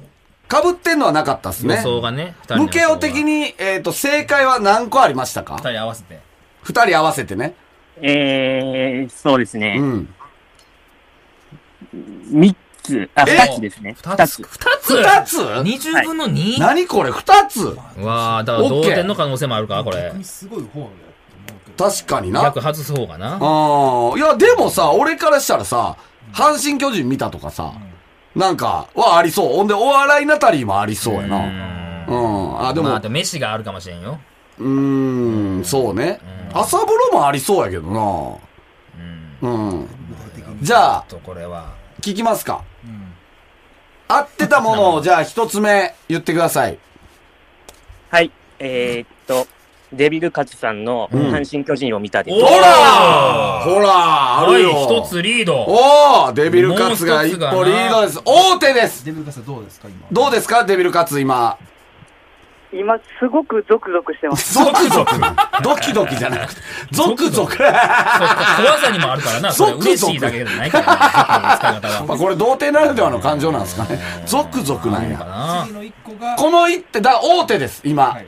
Speaker 3: ってんのはなかったです
Speaker 2: 予
Speaker 3: ね。
Speaker 2: 想がね、二人の
Speaker 3: ムケオ的に、えっ、と、正解は何個ありました
Speaker 2: 二
Speaker 3: か
Speaker 2: 人合わせて。
Speaker 3: 二人合わせてね。
Speaker 5: えー、そうですね
Speaker 3: う。ん。
Speaker 5: 3つ、あ、
Speaker 3: え
Speaker 5: 2つですね。2つ。
Speaker 2: 二つ
Speaker 3: 二つ
Speaker 2: 二十分の二
Speaker 3: 何これ二つ
Speaker 2: わあ、だから
Speaker 3: オッ
Speaker 2: 同
Speaker 3: ケー
Speaker 2: 点の可能性もあるか、これ
Speaker 4: 逆。にすごい方だと思うけど
Speaker 3: 確かにな。
Speaker 2: 逆外す方がな。
Speaker 3: ああ、いや、でもさ、俺からしたらさ、阪神巨人見たとかさ、なんか、はありそう。ほんで、お笑いナタリーもありそうや
Speaker 2: う
Speaker 3: な。
Speaker 2: ん
Speaker 3: うん。あ、でも、
Speaker 2: まあ、あ
Speaker 3: う
Speaker 2: と飯があるかもしれんよ。
Speaker 3: ーん、そうね。朝風呂もありそうやけど
Speaker 2: うん。
Speaker 3: な。うん。
Speaker 4: 的に
Speaker 3: じゃあ、
Speaker 2: と、これは。
Speaker 3: 聞きますか。合ってたものを、じゃあ、一つ目言ってください。
Speaker 5: はい。えーっと、デビルカツさんの阪神巨人を見たです。
Speaker 2: お
Speaker 3: ほらほらあ
Speaker 2: は
Speaker 3: る
Speaker 2: い、
Speaker 3: よ
Speaker 2: 一つリード。
Speaker 3: おおデビルカツが一歩リードです。大手です
Speaker 4: デブルカさんどうですか今
Speaker 3: どうですかデビルカツ今。
Speaker 6: 今すごくゾクゾクしてます
Speaker 3: ゾクゾク。ドキドキじゃなくて。ゾクゾク。
Speaker 2: (laughs) そうか小技にもあるからな、それ
Speaker 3: ゾクゾク
Speaker 2: 嬉しいだけじゃない (laughs) からな、使い方
Speaker 3: ま
Speaker 2: は。
Speaker 3: あこれ童貞ならではの感情なんですかね。ゾクゾクなん
Speaker 2: か
Speaker 3: や。
Speaker 2: な
Speaker 4: 次の一個が
Speaker 3: この一手、だ、大手です、今。
Speaker 4: はい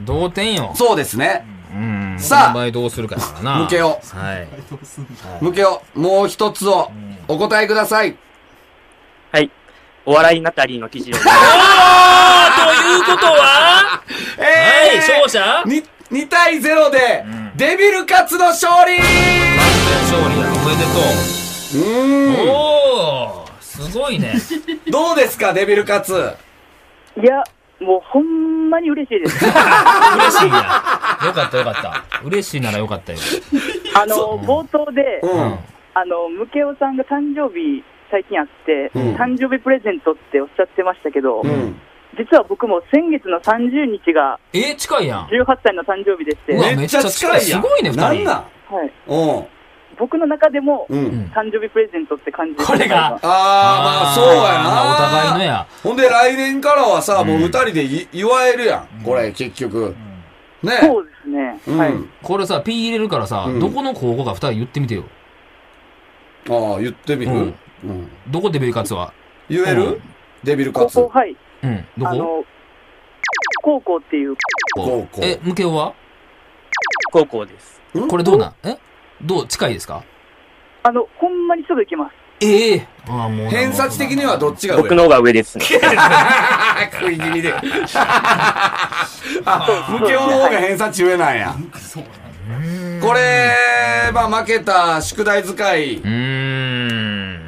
Speaker 2: 同点よ。
Speaker 3: そうですね。
Speaker 2: うん。
Speaker 3: さあ
Speaker 2: お前どうするかだからな。
Speaker 3: 向けよう
Speaker 2: はい。
Speaker 4: どうすんだ
Speaker 3: 向けを、もう一つを、お答えください。
Speaker 5: はい。お笑いナタリーの記事を。
Speaker 2: (laughs) あーということは
Speaker 3: え
Speaker 2: は
Speaker 3: ー
Speaker 2: い、勝者
Speaker 3: に2対0で、デビルカツの勝利
Speaker 2: 勝利だ、おめで
Speaker 3: うーん
Speaker 2: とう。おー、すごいね。
Speaker 3: どうですか、デビルカツ。
Speaker 6: いやもうほんまに嬉しいです
Speaker 3: (laughs)
Speaker 2: 嬉しいや。よかったよかった。嬉しいならよかったよ。
Speaker 6: あの冒頭で
Speaker 3: うん。
Speaker 6: あのムケオさんが誕生日最近あって、
Speaker 3: うん
Speaker 6: 誕生日プレゼントっておっしゃってましたけど、
Speaker 3: うん。
Speaker 6: 実は僕も先月の30日が
Speaker 2: え、近いやん。
Speaker 6: 18歳の誕生日でして、
Speaker 2: うわ
Speaker 6: は
Speaker 3: めっちゃ近いやん。
Speaker 2: めっちゃ近いすごいね二人
Speaker 3: なんなん
Speaker 6: い、
Speaker 3: うん。
Speaker 6: 僕の中でも
Speaker 3: うん。
Speaker 6: 誕生日プレゼントって感じです
Speaker 2: これが
Speaker 3: あー、まあ、そうやな。
Speaker 2: お互いのや。
Speaker 3: ほんで来年からはさ、もう二人でい言わえるやん。これ、結局。ね。
Speaker 6: そうですね、
Speaker 3: うん。
Speaker 6: はい
Speaker 2: これさ、ピー入れるからさ、
Speaker 3: うん
Speaker 2: どこの高校か二人言ってみてよ。
Speaker 3: ああ、言ってみる、
Speaker 2: う
Speaker 3: うんん、
Speaker 2: どこデビルカツは。
Speaker 3: 言える、
Speaker 2: うん
Speaker 3: デビルカ
Speaker 6: 高
Speaker 3: ツ
Speaker 6: 校はい
Speaker 2: うん。ど
Speaker 6: あ
Speaker 2: こ
Speaker 6: の高校っていう
Speaker 3: 高校。
Speaker 2: え、向けは
Speaker 5: 高校です。
Speaker 2: これどうなんえどう近いですか
Speaker 6: あのほんまにすぐ行きます
Speaker 2: ええああ、もう。、
Speaker 3: 偏差値的にはどっちが上
Speaker 5: 僕の方が上ですね。
Speaker 3: 食い気味で。 (laughs) あ、無教の方が偏差値上なんや。これ、まあ負けた宿題使いう
Speaker 2: ーん。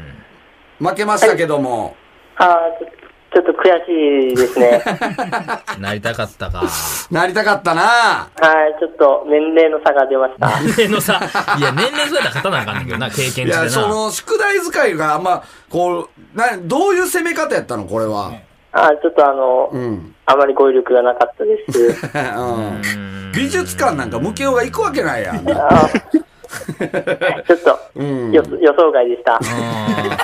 Speaker 3: 負けましたけども、
Speaker 7: あーちょちょっと悔しいですね。
Speaker 3: (laughs)
Speaker 2: なりたかったか。
Speaker 3: なりたかったな
Speaker 7: はい、ちょっと年齢の差が出ました。
Speaker 2: 年齢のさ、 (laughs) いや、年齢差だったら勝たなあかんねんけ
Speaker 3: (laughs)
Speaker 2: どな、経験値
Speaker 3: い
Speaker 2: でな。
Speaker 3: や、その、宿題使いがあんま、こう、な、どういう攻め方やったのこれは。
Speaker 7: あーちょっとあの、
Speaker 3: うん。
Speaker 7: あまり語彙力がなかったです。
Speaker 3: (laughs) うん美術館なんか無形が行くわけないやん。
Speaker 7: あ
Speaker 3: (laughs)
Speaker 7: ーちょっと、
Speaker 3: うん。
Speaker 7: 予予想外でした。
Speaker 2: これ、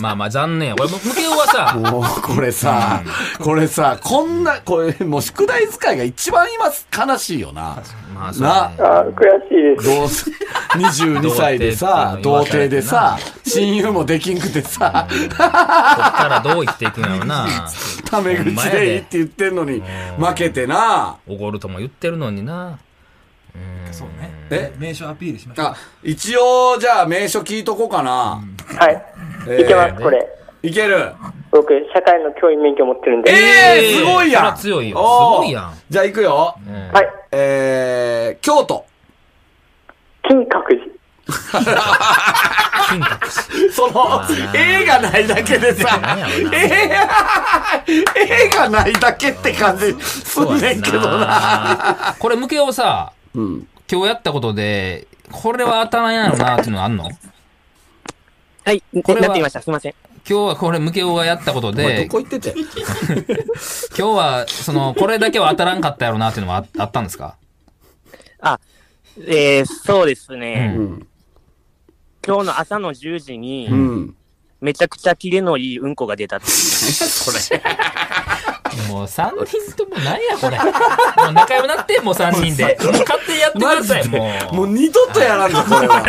Speaker 2: まあまあ残念や。これ、無形は
Speaker 3: (laughs)
Speaker 2: さ、
Speaker 3: もう、これさ、これさ、こんな、これ、もう宿題使いが一番今、悲しいよな。
Speaker 2: まあそう
Speaker 3: な
Speaker 2: ね、
Speaker 7: あー悔しいで
Speaker 2: (laughs)
Speaker 7: す。
Speaker 3: どうす、22歳でさ、
Speaker 2: 童
Speaker 3: 童貞
Speaker 2: 貞っていうのに言わされてな
Speaker 3: でさ、親友もできんくてさ、
Speaker 2: こっからどう生きていくんやろな。
Speaker 3: タメ口でいいって言ってんのに、負けてな。
Speaker 2: おごるとも言ってるのにな。
Speaker 4: そうね
Speaker 3: え
Speaker 4: 名称アピールしましょう
Speaker 3: あ、一応、じゃあ名所聞いとこうかな。
Speaker 7: はい。
Speaker 3: えー
Speaker 7: いけます、これ。
Speaker 3: いける。
Speaker 7: 僕、社会の教員免許持ってるんで。
Speaker 3: ええすごいやん。
Speaker 2: そりゃ強いよ
Speaker 3: おー
Speaker 2: すごいやん
Speaker 3: じゃあ行くよ。
Speaker 2: うん
Speaker 7: はい。
Speaker 3: えー、京都。
Speaker 7: 金閣寺。
Speaker 2: 金閣寺。
Speaker 3: その、絵がないだけで
Speaker 2: な
Speaker 3: さ
Speaker 2: んやろ、な
Speaker 3: 絵絵がないだけって感じすんねん (laughs) けどな。
Speaker 2: これ、向けをさ、
Speaker 3: うん。
Speaker 2: 今日やったことで、これは当たらんやろなっていうのあんの今
Speaker 5: はい。
Speaker 2: これは
Speaker 5: なってみました。すいません。
Speaker 2: 日はこれ、向けをがやったこと
Speaker 3: お前
Speaker 2: で
Speaker 3: ど、こ行ってて。
Speaker 2: 今日は、その、これだけは当たらんかったやろなっていうのはああったんですか
Speaker 5: あ、えー、そうですね。
Speaker 2: うん
Speaker 5: 今日の朝の10時に、
Speaker 3: うん。
Speaker 5: めちゃくちゃキレのいいうんこが出たっていう。これ。
Speaker 2: もう三人ともなんやこれ。 (laughs) もう仲良くなって、もう三人 (laughs) で。もう勝手にやってく
Speaker 3: マ
Speaker 2: だ
Speaker 3: ジ
Speaker 2: さい、
Speaker 3: で
Speaker 2: もう。
Speaker 3: もう二度とやらんぞ、これは。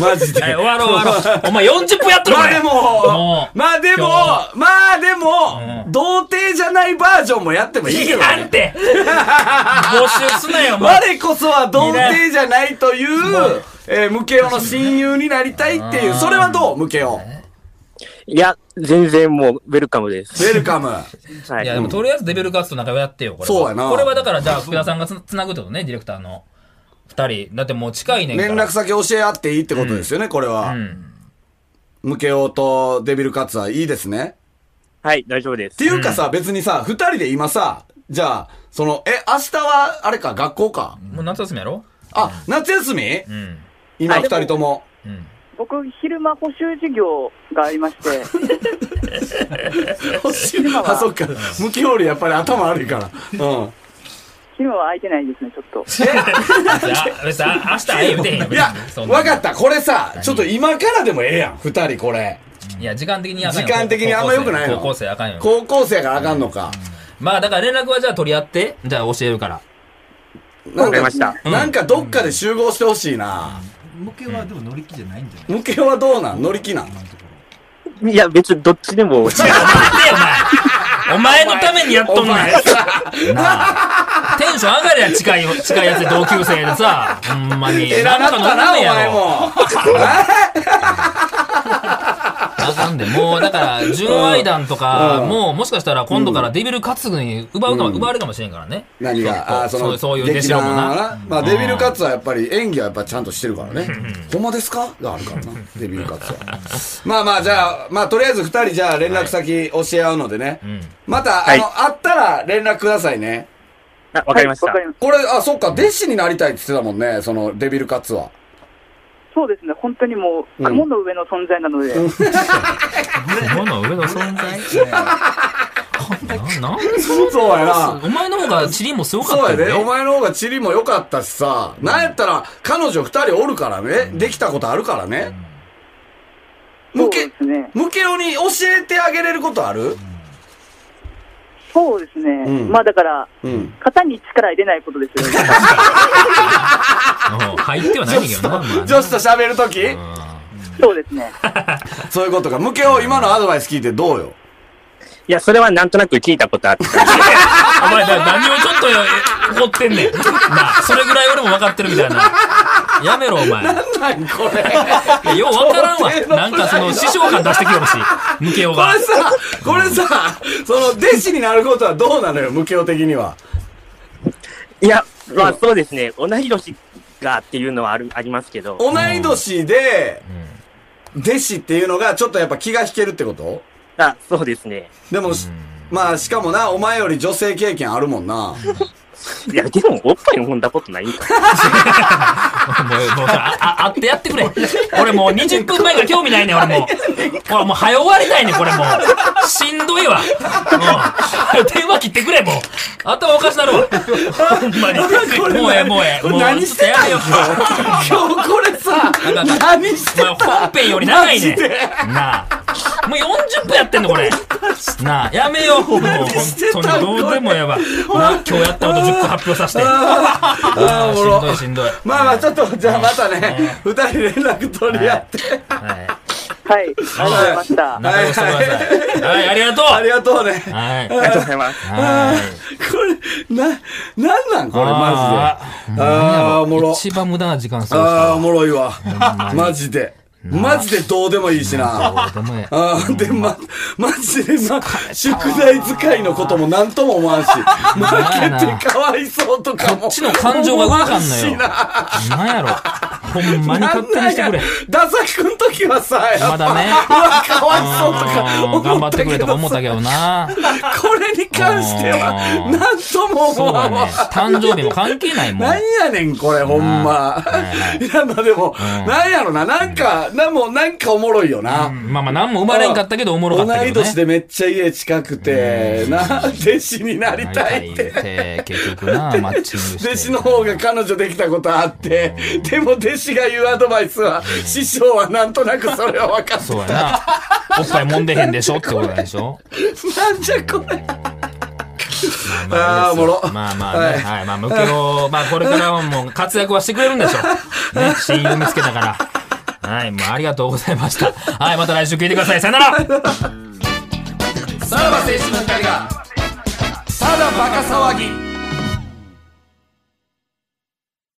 Speaker 3: マジで
Speaker 2: はい、。終わろう終わろう。お前40分やってる
Speaker 3: まあ
Speaker 2: これ
Speaker 3: で
Speaker 2: も
Speaker 3: も、
Speaker 2: う
Speaker 3: まあでも
Speaker 2: 今、
Speaker 3: まあで
Speaker 2: う
Speaker 3: も、
Speaker 2: ん
Speaker 3: 童貞じゃないバージョンもやってもいいけどね
Speaker 2: なん (laughs) て募集すなよ、お前。
Speaker 3: 我こそは童貞じゃないという、えー、ムケオの親友になりたいっていう、それはどうムケオ。ウ
Speaker 5: いや、全然もう、ウェルカムです。
Speaker 3: ェルカム。
Speaker 5: はい
Speaker 2: いや、でもとりあえずデビルガスと仲良くやってよ、これは。
Speaker 3: そうやな
Speaker 2: これはだから、じゃあ、福田さんがつつなぐってことね、ディレクターの。二人。だってもう近いねんから。
Speaker 3: 連絡先教え合っていいってことですよね、これ
Speaker 2: う
Speaker 3: は。
Speaker 2: ん。
Speaker 3: ムケオとデビルカツはいいですね。
Speaker 5: はい、大丈夫です
Speaker 3: って。いうかさ、別にさ、二人で今さ、じゃあ、その、え、明日は、あれか、学校か。
Speaker 2: もう夏休みやろ
Speaker 3: あ、夏休み
Speaker 2: うん。
Speaker 3: 今二人とも。
Speaker 2: うん。
Speaker 6: 僕昼間補習授業がありまして
Speaker 3: あ、そっか。ムケオよりやっぱり頭悪いから。うん。
Speaker 6: 今は空いてないですね、ちょっ
Speaker 2: じゃ
Speaker 6: と。
Speaker 2: あ、別にあ明日会え言うてへんやん。
Speaker 3: いや
Speaker 2: 別に、 (laughs) そんな
Speaker 3: わかった。これさ、ちょっと今からでもええやん。二人これ。
Speaker 2: いや、時間的にあかんよ
Speaker 3: 時間的にあんま良くないの
Speaker 2: 高校生あかんよ。
Speaker 3: 高校生があかんのか。
Speaker 2: まあだから連絡はじゃあ取り合って、じゃあ教えるから。
Speaker 3: なん
Speaker 5: わかり
Speaker 3: か
Speaker 5: ました、
Speaker 3: なんかどっかで集合してほしいな。
Speaker 4: 向けはでも乗り気じゃないんじゃない
Speaker 3: 向けはどうなん乗り気なん
Speaker 5: いや、別にどっちでも。
Speaker 2: 違う、お前。お前のためにやっとんねん。なあ。テンション上がりゃ近いよ、近いやつで同級生でさ、ほんまに。
Speaker 3: えらなっ
Speaker 2: ん
Speaker 3: た
Speaker 2: か
Speaker 3: な、
Speaker 2: 飲
Speaker 3: お
Speaker 2: めや
Speaker 3: 前
Speaker 2: ろ。
Speaker 3: も。
Speaker 2: あかんで、もうだから、純愛団とか、もうもしかしたら今度からデビルカツグに奪うかも、奪われるかもしれんからね。
Speaker 3: 何が、あー
Speaker 2: そうそうそういう弟
Speaker 3: 劇
Speaker 2: 子ど
Speaker 3: 団
Speaker 2: もな
Speaker 3: はな。まあ、デビルカツはやっぱり演技はやっぱちゃんとしてるからね。 (laughs) ほんまですかがあるからな、デビルカツは。
Speaker 2: (laughs)
Speaker 3: まあまあ、じゃあ、まあ、とりあえず二人じゃあ連絡先教え合うのでね
Speaker 2: ん。
Speaker 3: また、あ
Speaker 5: はい
Speaker 3: の、会ったら連絡くださいね。
Speaker 5: あわかりました。
Speaker 6: はいわかりま
Speaker 3: これ、あ、そっか、弟子になりたいって言ってたもんね、その、デビルカツ
Speaker 2: (laughs)
Speaker 3: は。
Speaker 6: そうですね、本当にもう、雲の上の存在なので、
Speaker 2: 雲の上の存在な、なん
Speaker 3: そうやな。
Speaker 2: お前の方がチリもすごかっ
Speaker 3: そう
Speaker 2: た
Speaker 3: や
Speaker 2: よ
Speaker 3: ね。お
Speaker 2: ね。
Speaker 3: 前の方がチリも良かったしさ、なんやったら、彼女二人おるからね、できたことあるからね。
Speaker 6: そ
Speaker 3: 向
Speaker 6: う
Speaker 3: け
Speaker 6: で、すね。
Speaker 3: 向けおに教えてあげれることある
Speaker 6: そうですね。
Speaker 3: うん
Speaker 6: まあだから、
Speaker 3: うん。
Speaker 6: 型に力入れないことですよね。
Speaker 2: うん入ってはないねんだけどな、まあ
Speaker 3: 女子と喋るとき
Speaker 6: そうですね。
Speaker 3: そういうことか。向けを今のアドバイス聞いてどうよ。
Speaker 5: いや、それはなんとなく聞いたことあって。
Speaker 2: お前な何をちょっとえ怒ってんねん。なあ、それぐらい俺も分かってるみたいな。やめろ、お前。
Speaker 3: 何これ。
Speaker 2: いやよう分か
Speaker 3: 童貞の
Speaker 2: らんわ
Speaker 3: プライ。ド
Speaker 2: なんかその、師匠感出してきてほしい。ムケオ
Speaker 3: こ
Speaker 2: が
Speaker 3: れ。さ、これさ、その弟子になることはどうなのよ、向けを的には。
Speaker 5: いや、まあそうですね。同い年がっていうのはある、ありますけど。
Speaker 3: 同い年で、弟子っていうのがちょっとやっぱ気が引けるってこと
Speaker 5: あ、そうですね。
Speaker 3: でも、まあしかもな、お前より女性経験あるもんな。
Speaker 5: いや、でも、おっぱい飲んだこと (laughs) ないんか。
Speaker 2: もう、もうさ、あ、あ会ってやってくれ。俺もう20分前が興味ないねん、俺もう。俺もう早終わりたいねん、これもう。しんどいわ。うん。電話切ってくれ、もう。頭おかしなるわ。ほんまに。もうええ、もうええ。もう、
Speaker 3: 何
Speaker 2: ちょ
Speaker 3: し
Speaker 2: っと
Speaker 3: て
Speaker 2: や
Speaker 3: た
Speaker 2: め
Speaker 3: ん
Speaker 2: よ
Speaker 3: よ
Speaker 2: う。
Speaker 3: 今日これさ、
Speaker 2: なんか
Speaker 3: 何して
Speaker 2: お前
Speaker 3: た
Speaker 2: 本編より長いね
Speaker 3: マジで
Speaker 2: ん。なあ。もう40分やってんの、これ。なあ、やめ
Speaker 3: (laughs)
Speaker 2: よう。もう、本
Speaker 3: してた
Speaker 2: 当にどうでもやば。なあ、今日やったこと10分発表させて。
Speaker 3: あー
Speaker 2: あー
Speaker 3: お
Speaker 2: し
Speaker 3: もろ
Speaker 2: んどい、しんどい。
Speaker 3: まあまあちょっと、じゃあまたね、二人連絡取り合って。
Speaker 2: はい。
Speaker 6: はい。ありがとうございました。
Speaker 2: 仲良くしてください。はい、ありがとう。
Speaker 3: ありがとうね。
Speaker 2: はい。
Speaker 5: ありがとうございます。
Speaker 2: はい。
Speaker 3: これ、な、なんなんこれマジで。ああ、おもろ。
Speaker 2: 一番無駄な時間過ごした
Speaker 3: ああ、
Speaker 2: わ。
Speaker 3: おもろいわ。マジで。マジでどうでもいいしな。
Speaker 2: どうでもええ
Speaker 3: ああ、で、ま、マジで、ま、宿題使いのことも何とも思わ
Speaker 2: (laughs)
Speaker 3: んし、負けてかわいそうとかも。こっ
Speaker 2: ちの感情が動かんの
Speaker 3: (laughs)
Speaker 2: よ
Speaker 3: な
Speaker 2: なんやろ。ほんまに勝手にしてくれ。
Speaker 3: ダサくん時はさ、やっぱ
Speaker 2: まだね
Speaker 3: うわ、かわい (laughs) そうとか
Speaker 2: うん
Speaker 3: 思
Speaker 2: 頑張
Speaker 3: っ
Speaker 2: ったてく
Speaker 3: け
Speaker 2: れとか
Speaker 3: ど
Speaker 2: 思ったけどな。
Speaker 3: さ、これに関しては、
Speaker 2: うん
Speaker 3: 何とも
Speaker 2: そ
Speaker 3: 思
Speaker 2: う
Speaker 3: わ
Speaker 2: だ
Speaker 3: ん
Speaker 2: ね
Speaker 3: (laughs) わ。。
Speaker 2: 誕生日も関係ないもん。
Speaker 3: なんやねん、これ、ほんま
Speaker 2: は。い
Speaker 3: いや、まあでも、
Speaker 2: ん
Speaker 3: なんやろな、なんか、なんも、なんかおもろいよな。
Speaker 2: まあまあ、何も生まれんかったけど、おもろかったけど
Speaker 3: 同い
Speaker 2: ね。
Speaker 3: 年でめっちゃ家近くて、な、弟子になりたいって。
Speaker 2: て。結局な、マッチングして。
Speaker 3: 弟子の方が彼女できたことあって、でも弟子が言うアドバイスは、師匠はなんとなくそれは分かって
Speaker 2: そうやな。おっぱい揉んでへんでしょってことでしょ
Speaker 3: なんじゃこれ。
Speaker 2: ま
Speaker 3: あーおもろ
Speaker 2: まあまあね。
Speaker 3: は
Speaker 2: はい。まあ、向けを、まあ、これからはもう活躍はしてくれるんでしょう。ね、親友見つけたから。はい、もうありがとうございました。はい、また来週聞いてください。さよなら
Speaker 3: さらば青春の光が、ただバカ騒ぎ。